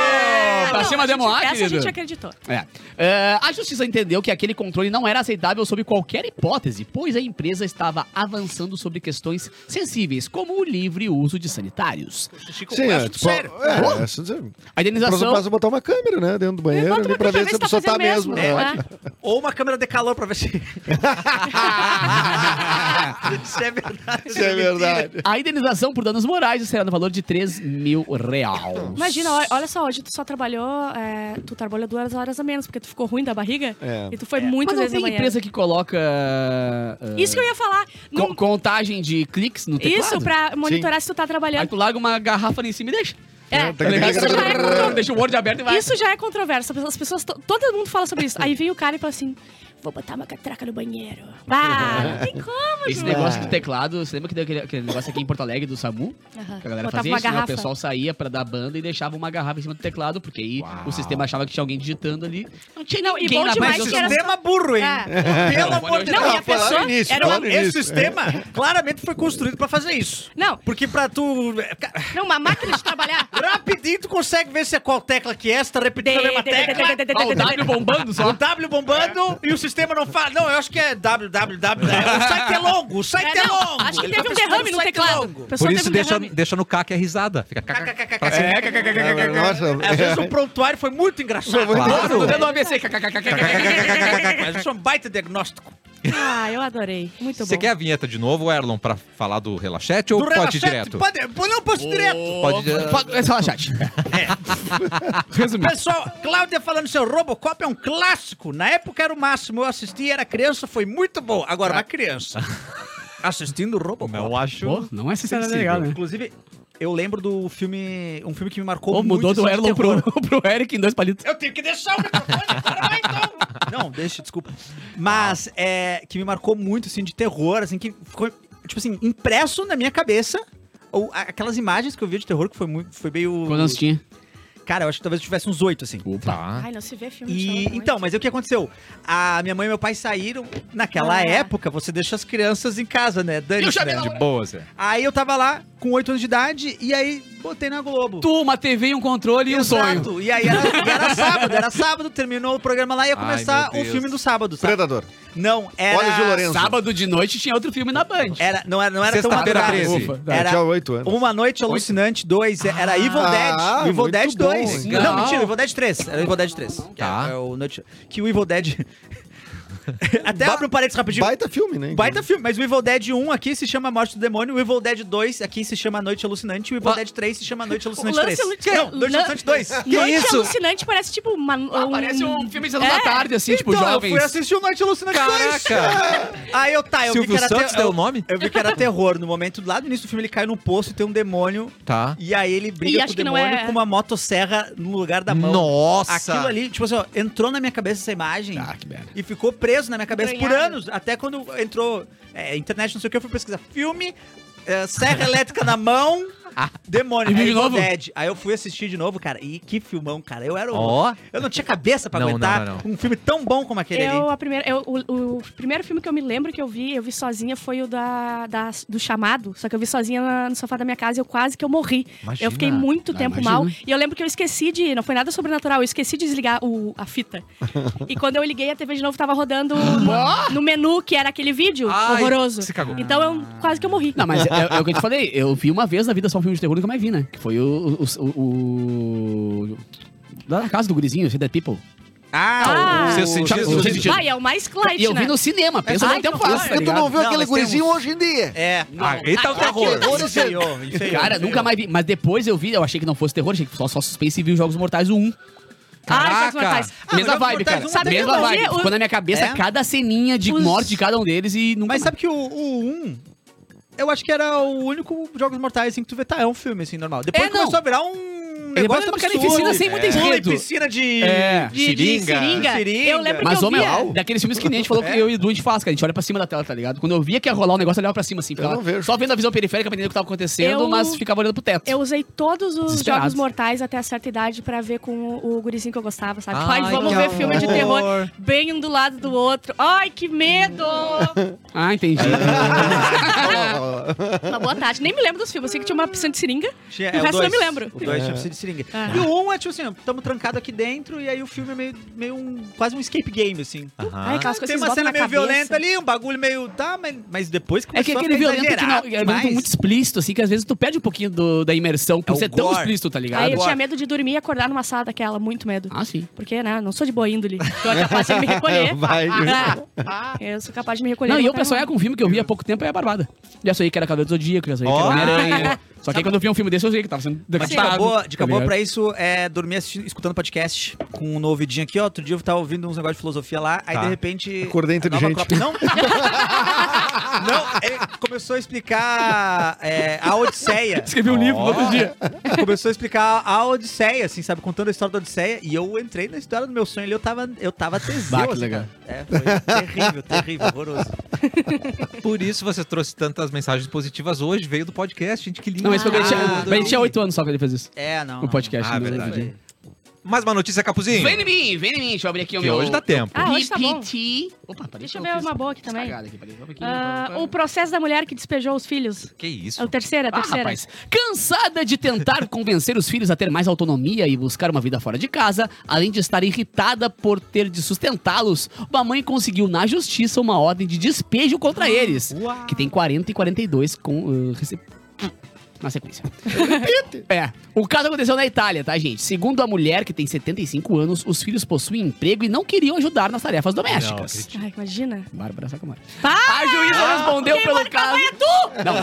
S5: Pra
S4: não,
S5: cima
S4: a
S5: da
S4: gente-
S5: Moá,
S4: Essa a
S5: querido.
S4: gente acreditou.
S5: É. É, a justiça entendeu que aquele controle não era aceitável sob qualquer hipótese, pois a empresa estava avançando sobre questões sensíveis, como o livre uso de sanitários.
S2: Sim, é, tipo,
S6: sério.
S2: é, é, isso dizer,
S5: A
S2: Passa
S5: indenização.
S2: passa a botar uma câmera, né, dentro do banheiro,
S4: Bota
S2: ali, pra ver se a pessoa tá
S4: fazendo
S2: mesmo. né?
S4: né?
S6: Ou uma câmera de calor pra ver se... Isso é verdade.
S2: Isso é verdade.
S5: A indenização por danos morais será no valor de 3 mil reais.
S4: Imagina, olha- olha só, hoje tu só trabalhou, é, tu trabalhou duas horas a menos, porque tu ficou ruim da barriga
S2: É.
S4: e tu foi muitas
S5: Mas não
S4: vezes
S5: tem
S4: na manhã.
S5: empresa que coloca. ah,
S4: Isso que eu ia falar.
S5: co-
S4: Não-
S5: contagem de cliques no teclado?
S4: isso pra monitorar se tu tá
S5: Aí
S4: trabalhando.
S5: tu larga uma garrafa ali em cima e deixa.
S4: É,
S2: Tá ligado?
S4: isso já é, contro-
S5: Deixa o Word aberto e vai.
S4: isso já é controverso. As pessoas, to- todo mundo fala sobre isso. Aí vem o cara e fala assim: vou botar uma catraca no banheiro. Ah, não tem como,
S5: Esse
S4: João.
S5: negócio do teclado, você lembra que deu aquele, aquele negócio aqui em Porto Alegre do SAMU?
S4: Aham.
S5: Que a galera
S4: Botava
S5: fazia
S4: uma
S5: isso, né? O
S4: garrafa.
S5: pessoal saía pra dar banda e deixava uma garrafa em cima do teclado, porque aí o sistema achava que tinha alguém digitando ali. Não tinha
S4: Não, e
S5: ninguém
S4: bom
S5: na
S4: demais
S5: mesa.
S4: que era-
S6: Sistema burro, hein?
S4: É.
S6: Pelo
S5: Não,
S6: amor de
S5: não,
S6: Deus.
S4: e a pessoa
S2: fala no início,
S4: era
S2: fala
S4: uma-
S2: no
S6: Esse
S2: início.
S6: sistema claramente foi construído pra fazer isso.
S4: Não,
S6: Porque pra tu...
S4: não, uma máquina de trabalhar.
S6: Rapidinho tu consegue ver se é qual tecla que é, se tá repetindo a mesma tecla.
S5: Ah, o W bombando
S6: O
S5: só.
S6: W bombando e o sistema não fala. Não, eu acho que é W, W, W. O site é longo, o
S4: É,
S6: site é,
S4: não,
S6: longo.
S4: acho que
S6: Ele
S4: teve
S6: tá pesquisando
S4: um derrame
S6: o
S4: no
S6: site
S4: teclado.
S6: longo.
S4: A
S1: Por
S4: pessoa teve
S1: isso
S4: um
S1: deixa,
S4: derrame.
S1: deixa no cac a risada. Fica cac,
S6: KKKK.
S1: pra sempre.
S2: Nossa, é
S6: Às vezes o prontuário foi muito engraçado.
S5: Tô dando um
S1: Claro.
S5: AVC.
S6: Mas isso é um baita diagnóstico.
S4: Ah, eu adorei. Muito
S1: Você
S4: bom.
S1: quer a vinheta de novo, Erlon, pra falar do relaxete ou
S6: Do
S1: pode
S6: relaxante,
S1: ir direto?
S6: Pode, pode- não, posso direto.
S1: Pode-
S5: É só chat. Resumindo.
S6: Pessoal, Cláudia falando seu Robocop é um clássico. Na época era o máximo. Eu assisti, era criança, foi muito bom. Agora, uma criança assistindo o Robocop.
S1: acho.
S5: Pô, não é sinceramente legal, né?
S6: Inclusive, eu lembro do filme. Um filme que me marcou
S5: Pô,
S6: muito.
S5: mudou do
S6: assim, de
S5: Erlon
S6: terror.
S5: pro, pro Eric em dois palitos.
S6: Eu tenho que deixar o microfone, agora vai então. Não, deixa, desculpa. Mas é que me marcou muito, assim, de terror, assim, que ficou, tipo assim, impresso na minha cabeça. Ou a- aquelas imagens que eu vi de terror que foi muito. Foi meio.
S5: Quando nós tinha.
S6: Cara, eu acho que talvez eu tivesse uns oito, assim.
S1: tá.
S5: Opa.
S4: Ai, não se vê filme de né?
S6: E,
S4: terror, não,
S6: então,
S4: hein?
S6: mas aí o que aconteceu? A minha mãe e meu pai saíram. Naquela
S4: Ah.
S6: época, você deixa as crianças em casa, né? Dani,
S5: Eu chamei
S6: né?
S5: lá-
S1: De boa, Zé.
S6: Aí eu tava lá com oito anos de idade e aí botei na Globo.
S5: Tu, uma TV, um controle e um
S6: Exato.
S5: sonho.
S6: E aí era, e era sábado, era sábado, terminou o programa lá e ia
S1: Ai,
S6: começar
S1: meu
S6: o
S1: Deus.
S6: filme do sábado, sabe?
S2: Predador.
S6: Não, era.
S2: Olhos de Lorenzo.
S5: Sábado de noite tinha outro filme na Band.
S6: Era, não era, não era tão
S1: Sexta-feira
S6: madrugada.
S1: 13.
S5: Ufa, tá.
S2: Eu
S6: Era
S2: tinha oito anos.
S6: Uma Noite Alucinante 2, era Evil
S2: Ah,
S6: Dead. Evil
S2: muito
S6: Dead
S2: bom,
S6: 2.
S5: hein?
S6: não,
S5: Não.
S6: mentira, Evil Dead 3. Era Evil Dead 3. que
S1: Tá.
S6: É, é o Noite... Que o Evil Dead... Até abre um parênteses rapidinho.
S2: Baita filme, né?
S6: Baita filme, mas o Evil Dead 1 aqui se chama Morte do Demônio, o Evil Dead 2 aqui se chama Noite Alucinante, e o Evil
S5: Ah.
S6: Dead 3 se chama Noite
S4: O
S6: Alucinante
S4: lance
S6: 3.
S4: aluci-
S6: Não, Noite
S4: lan-
S6: Alucinante 2.
S4: Noite um alucinante parece tipo uma,
S5: Ah,
S4: um...
S5: Parece um filme de sessão da tarde, assim, tipo,
S6: então,
S5: jovens.
S6: eu fui assistir o Noite Alucinante 2.
S1: Caraca!
S6: Aí eu, tá, eu vi que
S1: Silvio
S6: era...
S1: Santos
S6: ter-
S1: deu o
S6: eu,
S1: nome?
S6: eu vi que era terror. No momento, lá no início do filme, ele cai num poço e tem um demônio
S1: Tá.
S6: E aí ele
S4: E
S6: briga com
S4: acho
S6: o
S4: que não
S6: demônio
S4: é-
S6: com uma motosserra no lugar da mão.
S1: Nossa!
S6: Aquilo ali, tipo assim, ó, entrou na minha cabeça essa imagem
S5: Ah, que merda.
S6: e ficou preso na minha cabeça por
S4: Entranhado.
S6: anos. Até quando entrou é, internet, não sei o que, eu fui pesquisar filme, é, serra elétrica na mão, demônio.
S5: E viu
S6: aí
S5: de
S6: Evil
S5: novo?
S6: Dead. Aí eu fui assistir de novo, cara, e que filmão, cara. Eu era o-
S1: Ó.
S6: Eu não tinha cabeça pra
S1: Não,
S6: aguentar
S1: não, não,
S6: um filme tão bom como aquele
S4: Eu,
S6: ali.
S4: a primeira, eu- o, o primeiro filme que eu me lembro que eu vi, eu vi sozinha, foi o da, da- do Chamado. Só que eu vi sozinha na- no sofá da minha casa e eu quase que eu morri.
S1: Imagina.
S4: Eu fiquei muito
S5: Ah,
S4: tempo
S5: imagina.
S4: mal. E eu lembro que eu esqueci de... Não foi nada sobrenatural, eu esqueci de desligar o- a fita. e quando eu liguei a TV de novo, tava rodando no, no menu, que era aquele vídeo
S1: Ai,
S4: horroroso.
S1: se cagou.
S4: Então eu quase que eu morri.
S5: Não, mas é, é o que eu te falei. Eu vi uma vez na vida só um filme de terror que eu mais vi, né? Que foi o... o, o, o- Lá na casa do gurizinho, See Dead People.
S4: Ah,
S1: o- Sexto Sentido.
S5: Sexto Sentido.
S4: Vai, é o mais Clyde,
S5: e eu
S4: né?
S5: vi no cinema. Pensa
S4: Ai,
S5: quanto tempo
S4: que
S5: faz,
S4: horror.
S5: tá
S2: E tu
S5: ligado?
S2: não viu
S6: Não,
S2: aquele
S6: nós temos-
S2: gurizinho hoje em dia?
S5: Ah,
S6: É.
S1: Aí tá o terror.
S2: horror.
S6: Enfeiou, enfeiou,
S5: Cara,
S6: enfeiou.
S5: nunca mais vi. Mas depois eu vi, eu achei que não fosse terror, achei que só, só suspense e vi os Jogos Mortais o 1.
S4: Ah, Jogos
S1: Caraca.
S4: Mortais.
S5: Mesma
S6: Ah, mas Jogos
S5: vibe,
S6: Mortais
S5: cara.
S6: um
S4: Sabe o que
S5: Mesma
S4: eu
S5: vibe.
S4: fazia?
S5: Ficou na minha cabeça
S6: É?
S5: cada ceninha de
S4: Os-
S5: morte de cada um deles e nunca
S6: Mas sabe que o, o 1, eu acho que era o único Jogos Mortais assim, que tu vê, tá, é um filme assim, normal. Depois
S5: É, não.
S6: começou a virar um
S5: Ele
S6: negócio
S5: bota uma
S6: absurdo.
S5: carnificina sem muito
S6: É. Pula em
S5: enredo.
S6: piscina de...
S5: É.
S4: De, de
S1: Seringa.
S4: seringa.
S6: Seringa.
S4: Eu lembro
S5: Mas,
S4: que eu
S5: homem,
S4: via...
S5: daqueles filmes que nem a gente falou
S6: É.
S5: que eu e o Dude faz, cara. A gente olha pra cima da tela, tá ligado? Quando eu via que ia rolar um negócio, eu olhava pra cima, assim. ficava
S2: não vejo.
S5: Só vendo a visão periférica, pra entender o que tava acontecendo,
S4: Eu-
S5: mas ficava olhando pro teto.
S4: Eu usei todos os
S5: Desesperado.
S4: jogos mortais até a certa idade pra ver com o, o gurizinho que eu gostava, sabe? Tipo,
S1: Ai,
S4: Ai, vamos
S1: que
S6: então,
S4: ver filme de
S6: é um
S4: terror
S1: horror.
S4: bem um do lado do outro. Ai, que medo!
S5: Ah, entendi.
S4: Uma boa tarde. Nem me lembro dos filmes. Eu sei que tinha uma piscina de seringa.
S6: Tinha-
S4: O resto eu
S6: dois.
S4: não me lembro.
S6: É O
S5: É.
S6: 2 tinha piscina de seringa.
S4: Ah.
S6: E o 1 é tipo assim, estamos trancados aqui dentro e aí o filme é meio, meio um, quase um escape game, assim.
S4: Ai, aquelas coisas
S6: Tem
S4: que
S6: uma
S4: botam
S6: cena
S4: na
S6: meio
S4: cabeça.
S6: violenta ali, um bagulho meio... Tá, mas, mas depois
S5: É que
S6: começou
S5: aquele
S6: a ficar
S5: violento que não, é
S6: exagerado
S5: violento
S6: demais.
S5: muito explícito, assim, que às vezes tu perde um pouquinho do- da imersão por
S6: É o
S5: ser tão
S6: gore.
S5: explícito, tá ligado?
S4: Aí eu
S6: Agora.
S4: tinha medo de dormir e acordar numa sala daquela. Muito medo.
S5: Ah, sim.
S4: Porque, né, não sou de boa índole. Então é capaz de me recolher.
S2: Vai.
S4: Ah, eu sou capaz de me recolher.
S5: Não, e eu
S4: qualquer
S5: pessoal é com um filme que eu vi há pouco tempo é a Barbada. Já sonhei que era Cavaleiro do Zodíaco, já sonhei que
S1: Ó.
S5: era Homem-Aranha. Só que aí quando eu vi um filme desse, eu sonhei que tava sendo
S6: Mas
S5: decapitado.
S6: dica boa, dica
S5: tá
S6: boa
S5: ligado?
S6: pra isso é dormir assistindo, escutando podcast com um ouvidinho aqui, ó. Outro dia eu tava ouvindo uns negócios de filosofia lá, aí
S1: Tá.
S6: de repente.
S2: Acordei
S6: a nova
S2: inteligente.
S6: crop- Não! não, ele começou a explicar é, a Odisseia.
S5: Escrevi um livro no outro dia.
S6: Começou a explicar a Odisseia, assim, sabe? Contando a história da Odisseia. E eu entrei na história do meu sonho ali, eu tava, eu tava teseu.
S5: Bah, que
S6: assim,
S5: legal.
S6: cara. É, foi terrível, terrível, horroroso.
S1: Por isso você trouxe tantas mensagens positivas hoje, veio do podcast, gente, que lindo.
S5: Não, mas foi
S6: Ah,
S5: quando ele tinha-
S6: do-
S5: mas ele tinha 8 anos só que ele fez isso.
S6: É, não.
S5: No podcast.
S1: Ah,
S5: né,
S1: verdade.
S5: Vidinho?
S1: Mais uma notícia, Capuzinho.
S5: Vem em mim, vem em mim. Deixa eu abrir aqui o
S1: Que
S5: meu...
S1: hoje dá tempo.
S4: Ah, hoje tá bom.
S5: PPT. Opa, peraí.
S4: Deixa eu
S5: fiz
S4: ver uma boa aqui também.
S5: cagada aqui, um peraí. Vamos aqui,
S4: Ah,
S5: vamos
S4: o
S5: pra-
S4: processo da mulher que despejou os filhos.
S1: Que isso?
S4: É o terceiro, é o
S5: Ah,
S4: terceiro.
S5: rapaz. Cansada de tentar convencer os filhos a ter mais autonomia e buscar uma vida fora de casa, além de estar irritada por ter de sustentá-los, uma mãe conseguiu na justiça uma ordem de despejo contra eles, que tem 40 e 42 com uh, rece- na sequência. é, o caso aconteceu na Itália, tá, gente? Segundo a mulher, que tem 75 anos, os filhos possuem emprego e não queriam ajudar nas tarefas domésticas.
S4: Ai, imagina.
S5: Bárbara Sacomori. Ah,
S4: Pá!
S5: A juíza respondeu pelo caso. Não,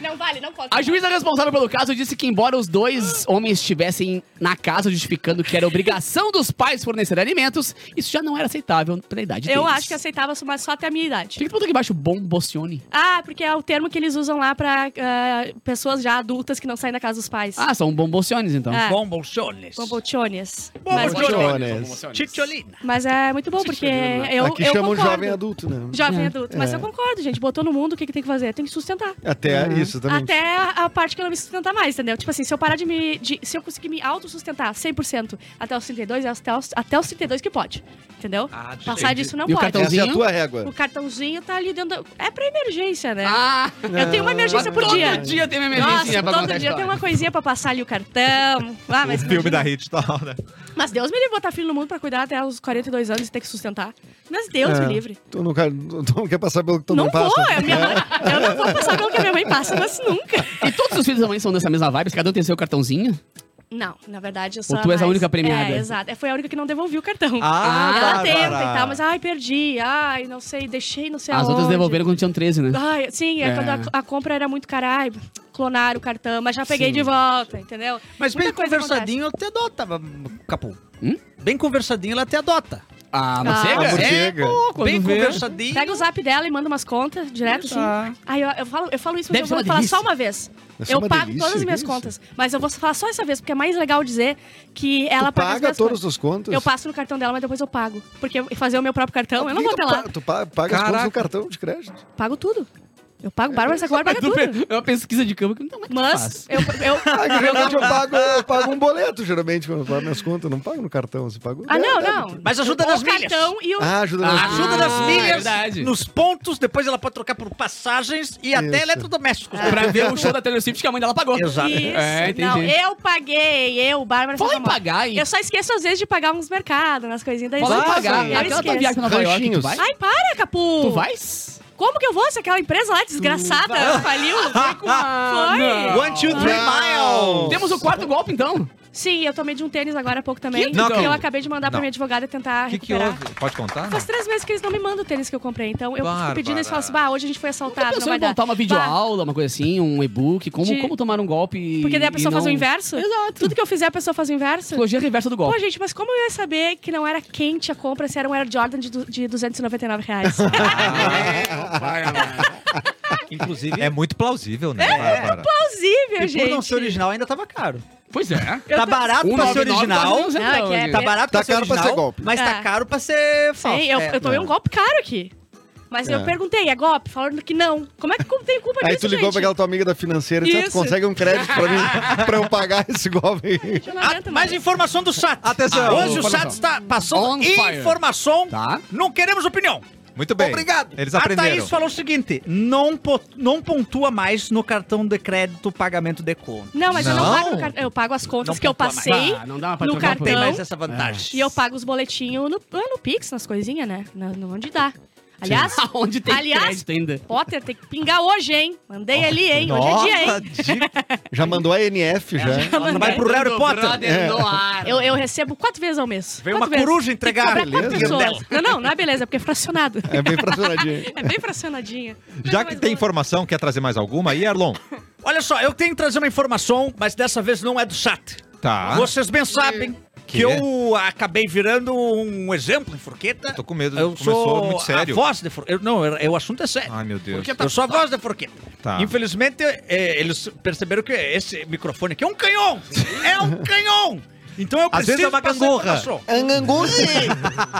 S4: Não vale, não pode.
S5: a juíza responsável pelo caso disse que, embora os dois homens estivessem na casa justificando que era obrigação dos pais fornecer alimentos, isso já não era aceitável pela idade
S4: Eu
S5: deles.
S4: acho que aceitava somar só até a minha idade.
S5: Fica tudo aqui embaixo, bombocione.
S4: Ah, porque é o termo que eles usam lá pra ah, pessoas já adultas que não saem da casa dos pais.
S5: Ah, são bombociones, então.
S4: É.
S6: Bombolchones.
S4: Bombochones. Mas,
S6: Bombochones.
S5: Chicholina.
S4: mas é muito bom, porque eu,
S2: Aqui
S4: eu
S2: chamam
S4: concordo.
S2: um jovem adulto, né?
S4: Jovem
S5: É.
S4: adulto. Mas eu concordo, gente. Botou no mundo, o que, que tem que fazer? Tem que sustentar.
S2: Até isso. Exatamente.
S4: Até a a parte que eu não me sustentar mais, entendeu? Tipo assim, se eu parar de me. de- se eu conseguir me autossustentar 100% até os 32, é até os, até os 32 que pode. Entendeu?
S1: Ah, entendi.
S4: Passar disso não
S5: E o
S4: pode.
S5: cartãozinho?
S2: Essa é a tua régua.
S4: O cartãozinho tá ali dentro. da- É pra emergência, né?
S5: Ah,
S4: eu tenho uma emergência por dia.
S5: Todo dia tem uma emergência
S4: Nossa,
S5: pra contar
S4: todo
S5: a
S4: dia
S5: história.
S4: tem uma coisinha pra passar ali o cartão. Ah, mas,
S1: o filme
S4: imagina-
S1: da Hit tal, né?
S4: mas Deus me livre botar filho no mundo pra cuidar até os 42 anos e ter que sustentar. Mas Deus
S2: É.
S4: me livre.
S2: Tu não, quer, tu não quer passar pelo que tu não,
S4: não
S2: passa?
S4: vou, é minha mãe. Eu não vou passar pelo que a minha mãe passa, mas nunca.
S5: E todos os filhos também são nessa mesma vibe? Cada um tem seu cartãozinho?
S4: Não, na verdade eu sou
S5: tu és a
S4: mais-
S5: única premiada.
S4: É, exato. É, Foi a única que não devolveu o cartão.
S1: Ah,
S4: Ela
S1: Bárbara.
S4: tenta e tal, mas ai, perdi, ai, não sei, deixei, não sei
S5: As
S4: aonde.
S5: outras devolveram quando tinham 13, né?
S4: Ai, sim, é,
S5: É.
S4: quando a, a compra era muito cara, ai, clonaram o cartão, mas já peguei
S5: Sim.
S4: de volta, entendeu?
S6: Mas
S4: Muita
S6: bem
S4: coisa
S6: conversadinho, ela até adota, Capu.
S5: Hum?
S6: Bem conversadinho, ela até adota.
S5: Ah, mas
S4: Ah,
S5: chega?
S2: mas
S5: É,
S2: chega.
S5: pô, quando
S6: bem
S5: vê.
S6: conversadinho.
S4: Pega o zap dela e manda umas contas direto, assim.
S6: Ah.
S4: Aí eu, eu falo, eu falo isso, mas
S5: Deve ser
S4: eu
S5: uma
S4: vou falar
S5: delícia.
S4: só uma vez.
S2: Deve ser
S4: Eu
S2: uma
S4: pago
S2: delícia,
S4: todas as minhas
S2: isso.
S4: contas, mas eu vou falar só essa vez, porque é mais legal dizer que ela
S2: tu
S4: paga, as
S2: paga
S4: minhas
S2: todas
S4: contas.
S2: as contas?
S4: Eu passo no cartão dela, mas depois eu pago. Porque fazer o meu próprio cartão, eu não vou
S2: Por que
S4: até
S2: tu
S4: lá.
S2: pa- Tu pa- paga as contas
S1: Caraca.
S2: do cartão de crédito.
S4: Pago tudo. Eu pago Bárbara Sacor, paga
S5: Tu
S4: tudo.
S5: pe- É uma pesquisa de campo que não tem mais
S4: Mas eu, eu,
S2: Ah, que geralmente eu pago, eu pago um boleto, geralmente, quando eu pago minhas contas. Eu não pago no cartão, você paga
S4: Ah, não, não.
S6: Mas ajuda
S4: O
S6: nas milhas.
S4: cartão e o.
S2: Ah, ajuda
S5: Ah,
S2: nas
S6: Ajuda nas
S5: é
S6: milhas,
S5: verdade.
S6: nos pontos, depois ela pode trocar por passagens e até
S2: Isso.
S6: eletrodomésticos.
S4: é. Ah.
S5: Pra ver o show da Taylor Swift que a mãe dela pagou.
S6: Exato.
S4: Isso.
S5: É, entendi.
S4: não, eu paguei, eu, Bárbara
S5: Podem
S4: Sacomori.
S5: pagar, hein?
S4: Eu só esqueço às vezes de pagar uns mercados, umas coisinhas daí.
S5: Podem
S4: eu
S5: pagar. É
S4: esqueço.
S5: Aquela
S4: Eu
S5: tua viagem
S4: esqueço.
S5: pra Nova York, tu
S2: Ranchinhos.
S5: vai?
S4: Ai, para, Capu!
S5: Tu vai?
S4: Como que eu vou se aquela empresa lá desgraçada faliu? Foi com- Foi?
S6: One, two, three
S2: Não.
S6: miles.
S5: Temos o quarto golpe,
S4: Tá,
S5: então?
S4: Sim, eu tomei de um tênis agora há pouco também.
S5: Que
S4: Que
S1: não,
S4: eu
S1: não.
S4: acabei de mandar pra
S1: Não.
S4: minha advogada tentar
S1: O que, que
S4: recuperar.
S1: houve? Pode contar?
S4: Faz três meses que eles não me mandam o tênis que eu comprei, então eu
S1: Bárbara.
S4: fico pedindo, eles falam assim, bah, hoje a gente
S5: Tá
S4: foi assaltado, não
S5: pensando
S4: vai
S5: em
S4: dar.
S5: montar uma videoaula, uma coisa assim, um e-book, como,
S4: De-
S5: como tomar um golpe e-
S4: Porque daí a
S5: e
S4: pessoa
S5: não...
S4: faz o inverso? Exato. Tudo que eu fizer, a pessoa faz o inverso?
S5: Psicologia reversa do
S4: Pô,
S5: golpe.
S4: gente, mas como eu ia saber que não era quente a compra se era um Air Jordan de, du- de 299 reais? É
S1: Ah, Inclusive. É muito plausível, né, Bárbara?
S4: Plausível,
S6: E por
S4: gente.
S6: não ser original, ainda tava caro.
S5: Pois é.
S6: Tá barato pra ser
S5: 1,99
S6: original.
S5: quase duzentão,
S4: Não, é que é
S5: gente.
S6: Tá barato
S2: Tá
S6: pra ser
S2: caro pra
S6: original,
S2: ser golpe.
S6: Mas tá
S4: É.
S6: caro pra ser falso.
S4: Sim, eu,
S6: É.
S4: eu tomei um golpe caro aqui. Mas eu
S2: É.
S4: perguntei, é golpe? Falando que não. Como é que eu tenho culpa
S2: Aí
S4: disso,
S2: tu ligou
S4: gente?
S2: pra aquela tua amiga da financeira e disse, ah, tu
S4: Isso.
S2: consegue um crédito pra mim, pra eu pagar esse golpe aí.
S4: Eu não
S6: Ah,
S4: aguento mais.
S6: mais informação do chat.
S1: Atenção.
S6: Ah, hoje o
S5: Informação.
S6: chat está
S5: On
S6: passando
S5: fire.
S6: informação.
S5: Tá.
S6: Não queremos opinião.
S1: Muito bem.
S6: Obrigado.
S1: Eles
S6: A
S1: aprenderam.
S6: Thaís falou o seguinte: não, po- não pontua mais no cartão de crédito pagamento de conta.
S4: Não, mas eu não pago
S1: Não?
S4: no cartão. Eu pago as contas
S6: Não
S4: que eu
S6: pontua mais.
S4: passei
S5: Ah, não dá pra
S4: no
S5: trocar por-
S6: Tem
S4: cartão Ah.
S6: mais essa vantagem.
S4: e eu pago os boletinhos no, ah, no Pix, nas coisinhas, né? Na, no, onde dá. Aliás,
S5: Onde tem
S4: Aliás-
S5: crédito ainda.
S4: Potter tem que pingar hoje, hein? Mandei ali, hein? Hoje é dia, hein?
S2: Já mandou a NF, já.
S6: Ela vai pro Harry Potter.
S5: Brother no ar.
S4: Eu, eu recebo quatro vezes ao mês.
S6: Veio
S4: Quatro
S6: uma
S4: vezes.
S6: coruja
S4: Tem que
S6: entregar.
S4: cobrar quatro
S2: Beleza.
S4: pessoas. Não, não, não é beleza, é porque é fracionado.
S2: É bem fracionadinho.
S4: É bem fracionadinha. Coisa
S1: Já que
S4: mais
S1: tem
S4: boa.
S1: informação, quer trazer mais alguma? E Erlon?
S6: Olha só, eu tenho que trazer uma informação, mas dessa vez não é do chat.
S1: Tá.
S6: Vocês bem sabem que,
S1: Que?
S6: eu acabei virando um exemplo em Forqueta.
S1: Tô com medo.
S6: Eu
S1: Começou
S6: sou
S1: muito sério.
S6: a voz de Forqueta. Não, eu- eu- o assunto é sério.
S1: Ai, meu Deus.
S6: Eu sou a voz da Forqueta.
S1: Tá.
S6: Infelizmente, é, eles perceberam que esse microfone aqui é um canhão. é um canhão. Então eu
S1: Às
S6: preciso
S1: vezes é uma
S6: passar
S1: gangorra.
S6: informação.
S2: Angangorri!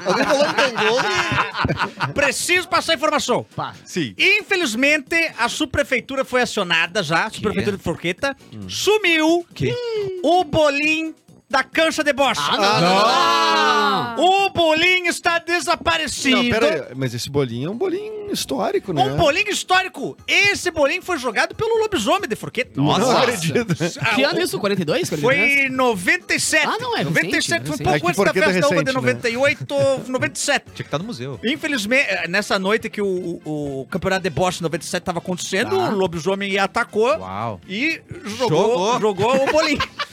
S2: Alguém falou Angangorri?
S6: Preciso passar informação.
S5: Pá.
S1: Sim.
S6: Infelizmente, a subprefeitura foi acionada já, a subprefeitura de Forqueta.
S5: Hum.
S6: Sumiu
S1: Que?
S6: o bolim da cancha de bocha.
S5: Ah, não, Ah! não, não, não.
S6: O bolinho está desaparecido.
S2: Não, pera aí. Mas esse bolinho é um bolinho histórico, né?
S6: Um bolinho histórico. Esse bolinho foi jogado pelo lobisomem de Forqueta.
S2: Não
S1: Nossa.
S2: acredito.
S6: Ah,
S5: Que
S6: o-
S5: ano é isso? 42? 43?
S6: Foi em 97.
S5: Ah, não, é recente,
S6: 97 foi um
S5: recente.
S6: pouco
S2: É que
S6: antes da
S2: Forqueta é
S6: festa da uva de
S2: recente, né?
S6: 98, 97.
S1: Tinha que estar no museu.
S6: Infelizmente, eh, nessa noite que o, o- o campeonato de boxe 97 estava acontecendo,
S5: Tá.
S6: o lobisomem atacou
S1: Uau.
S6: e jogou,
S1: Jogou.
S6: jogou o bolinho.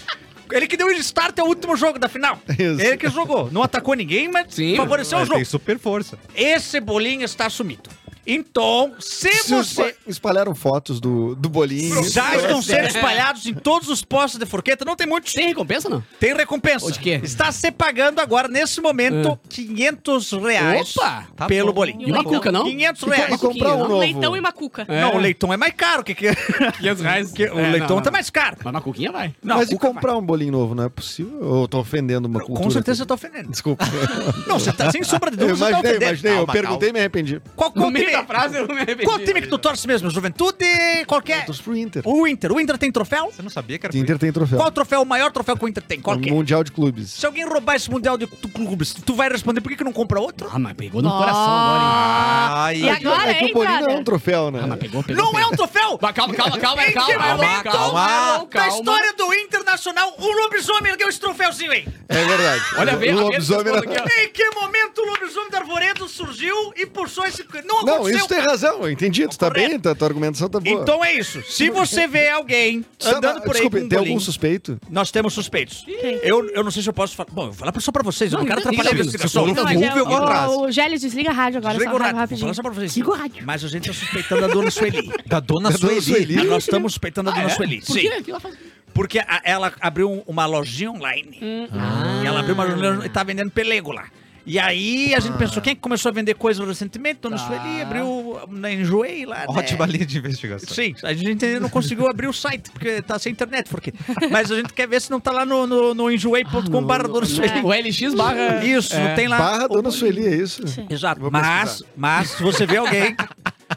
S6: Ele que deu o start ao último jogo da final.
S2: Isso.
S6: Ele que jogou. Não atacou ninguém, mas
S5: Sim.
S6: favoreceu o
S1: Mas
S6: jogo.
S1: Tem Ah, super força.
S6: Esse bolinho está sumido. Então, se
S2: Se
S6: você.
S2: espa- Espalharam fotos do, do bolinho. é-
S6: Já estão sendo espalhados em todos os postos de forqueta. Não tem muito.
S5: Tem recompensa, não?
S6: Tem recompensa.
S5: Ou de quê?
S6: Está se pagando agora, nesse momento, 500 reais
S5: Opa!
S1: Tá
S6: pelo
S1: bom.
S6: bolinho.
S5: E uma cuca, não?
S6: 500
S2: E,
S6: reais.
S2: e comprar um
S5: Não,
S2: novo.
S4: Leitão e uma cuca.
S6: Não, o leitão é mais caro. Que que...
S5: 500 reais. É,
S6: que o leitão tá mais caro.
S5: Mas uma cuquinha vai.
S6: Não,
S2: Mas e
S6: cuca
S2: comprar um bolinho novo não é possível? Ou eu tô ofendendo uma
S6: vai.
S2: cultura?
S6: Com certeza você
S2: aqui?
S6: tá ofendendo.
S2: Desculpa.
S6: Não, você tá sem sombra de
S2: Eu
S6: dúvida, você tá
S2: imaginei,
S6: ofendendo.
S2: imaginei. eu
S1: Calma,
S2: perguntei e me arrependi.
S6: Qual
S5: No meio da essa frase eu me arrependi.
S6: Qual time que tu torce mesmo? Juventude? Qualquer.
S2: Torço pro Inter.
S6: O Inter. O Inter tem troféu?
S1: Você não sabia que era
S2: O Inter tem troféu.
S6: Qual o troféu, o maior troféu que o Inter tem? Qual que
S2: O
S6: é?
S2: Mundial de Clubes.
S6: Se alguém roubar esse Mundial de tu- clubes, tu vai responder por que, que não compra outro?
S5: Ah, mas pegou no coração agora, hein?
S6: Ah,
S1: Ai,
S4: E agora,
S2: é que
S4: hein,
S2: o Bolinho não é
S4: brother?
S2: um troféu, né?
S5: Ah, mas pegou, pegou.
S6: Não é
S5: pegou.
S6: um troféu!
S5: Mas calma, calma, calma,
S6: Em que
S5: calma, calma,
S6: momento
S5: calma,
S6: da
S5: calma.
S6: história do Internacional, o lobisomem ergueu esse troféuzinho aí?
S2: É verdade.
S5: Olha, vem
S2: o
S5: a
S2: lobisomem
S5: mesma
S2: não...
S5: aqui,
S6: Em que momento o lobisomem da Arvoredo surgiu e puxou esse... Não aconteceu.
S2: não, isso tem razão. Eu entendi. Tu tá
S6: Correto.
S2: bem, tá, tua argumentação tá boa.
S6: Então é isso. Se você vê alguém
S2: Sabe-
S6: andando por aí
S2: Desculpa,
S6: com um
S2: tem algum
S6: bolinho,
S2: suspeito?
S6: nós temos suspeitos. Eu, eu não sei se eu posso falar. Bom, eu vou falar só pra vocês. Eu não,
S5: Não,
S6: quero
S5: não,
S6: atrapalhar a
S5: não, não,
S6: investigação.
S1: não, não,
S4: mas
S1: Vulva, eu vou atrás.
S4: o, o Gélios, desliga a rádio agora,
S6: Desliga
S4: só
S6: o rádio. Vou
S4: rapidinho.
S6: falar só pra vocês.
S5: Siga o rádio.
S6: Mas a gente tá suspeitando a dona Sueli.
S1: Da dona
S2: Da dona
S1: Sueli.
S2: Sueli.
S6: Nós estamos suspeitando a dona Sueli.
S5: Ah, é? Por
S6: Sim.
S5: quê? que ela faz-
S6: Porque a- ela abriu um- uma lojinha online.
S5: Ah.
S6: E ela abriu uma lojinha online e tá vendendo pelego lá. E aí a gente pensou, quem é que começou a vender coisa recentemente? Dona
S5: Tá.
S6: Sueli abriu na Enjoei lá. né?
S1: Ótima linha de investigação.
S6: Sim, a gente não conseguiu abrir o site, porque tá sem internet, porque. Mas a gente quer ver se não tá lá no, no, no enjoei.com barra Dona Sueli.
S5: O LX barra...
S6: Isso,
S5: É.
S6: tem lá.
S2: Barra
S6: o-
S2: Dona Sueli, é isso?
S6: Exato.
S2: Vou
S6: Mas,
S2: pesquisar.
S6: mas se você vê alguém,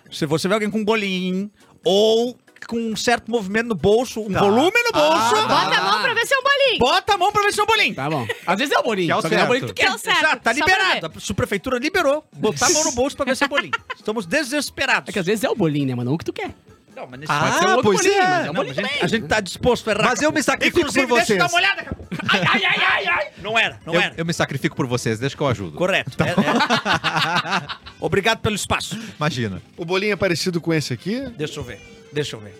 S6: se você vê alguém com um bolinho ou com um certo movimento no bolso, um volume no bolso,
S4: Bota a mão pra ver se é um bolinho.
S6: Ah, bota a mão pra ver se é um bolinho.
S5: Tá bom. Às vezes é o
S1: Que é
S5: bolinho.
S1: o
S5: Só que não é
S1: certo.
S5: o bolinho que tu quer.
S4: Deu certo.
S6: Exato, tá
S4: só pra
S6: liberado. A subprefeitura liberou. Botar a mão no bolso pra ver se é bolinho. Estamos desesperados.
S5: É que às vezes é o bolinho, né, mano? Não o que tu quer.
S6: Não, mas nesse
S1: Ah,
S6: pode ser outro
S1: pois é.
S6: bolinho, mas é um
S1: Não,
S6: bolinho também. a gente tá disposto a errar.
S1: Mas eu me sacrifico
S6: Inclusive,
S1: por
S6: Deixa eu dar
S1: vocês.
S6: uma olhada. cara. Ai, ai, ai, ai, ai. Não era, não
S1: Eu,
S6: era.
S1: eu Tá me sacrifico por vocês, deixa que eu ajudo.
S6: Correto. É- é. Obrigado pelo espaço.
S1: Imagina.
S2: O bolinho é parecido com esse aqui?
S6: Deixa eu ver. Deixa eu ver.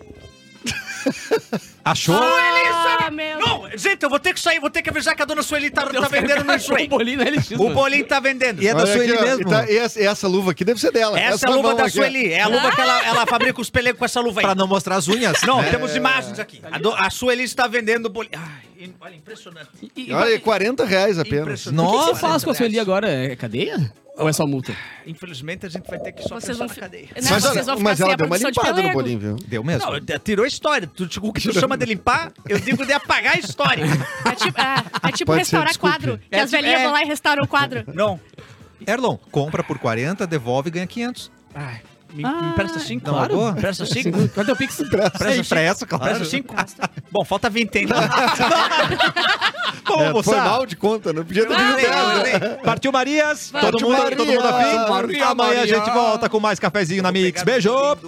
S1: Achou?
S4: Ah, meu
S6: Não, gente, eu vou ter que sair, vou ter que avisar que a dona Sueli tá, tá
S5: Deus,
S6: vendendo no
S5: cara,
S6: Enjoei.
S5: O bolinho no LX,
S6: O
S5: mano.
S6: bolinho tá vendendo.
S1: E é da
S2: Olha
S1: Sueli
S2: aqui, ó,
S1: mesmo.
S2: e tá- e essa, e essa luva aqui deve ser dela.
S6: Essa é a luva
S2: mão
S6: da
S2: aqui, ó.
S6: Sueli. É a luva que ela, ela fabrica os pelecos com essa luva aí.
S1: Pra não mostrar as unhas.
S6: Não,
S1: né?
S6: temos imagens
S4: Tá
S6: aqui. A, do, a Sueli está vendendo o bolinho. Ai, in- olha, impressionante.
S5: E- e-
S2: Olha, 40 reais apenas.
S6: Impressionante.
S5: O que
S1: Nossa,
S5: você faz com a Sueli agora? É cadeia? Ou é só multa?
S6: Infelizmente, a gente vai ter que só
S4: Vocês
S6: pensar
S4: vão,
S6: na
S4: fi-
S6: cadeia.
S4: Não,
S2: Mas,
S4: vocês
S2: olha,
S4: vão ficar
S2: mas
S4: sem
S2: ela
S4: a
S2: deu uma
S4: produção de
S2: limpada no
S4: pelego.
S2: bolinho, viu?
S1: Deu mesmo.
S6: Não, eu- tirou a história. Tu, o que tu chama de limpar, eu digo de apagar a história.
S4: É tipo, é- é tipo
S2: Pode ser,
S4: restaurar
S2: desculpe.
S4: quadro. Que
S6: É
S4: as
S6: tipo-
S4: velhinhas
S6: é.
S4: vão lá e restauram o quadro.
S6: Não.
S1: Erlon, compra por 40, devolve e ganha 500.
S6: Ai, me,
S4: Ah,
S6: me presta cinco.
S1: não largou?
S6: Me Presta cinco.
S5: Quanto é o Pix?
S1: Presta pressa, claro.
S6: Presta cinco. Bom, falta vinte ainda.
S1: Vamos
S2: É, foi
S1: almoçar.
S2: mal de conta, não podia ter
S4: Ah,
S2: pedido
S4: não,
S2: ela.
S4: não.
S1: Partiu Marias. Todo
S2: Partiu
S1: mundo, todo mundo
S2: Marias.
S1: afim?
S2: Partiu
S1: Amanhã a gente
S5: Marias.
S1: volta com mais cafezinho na Mix. Beijo!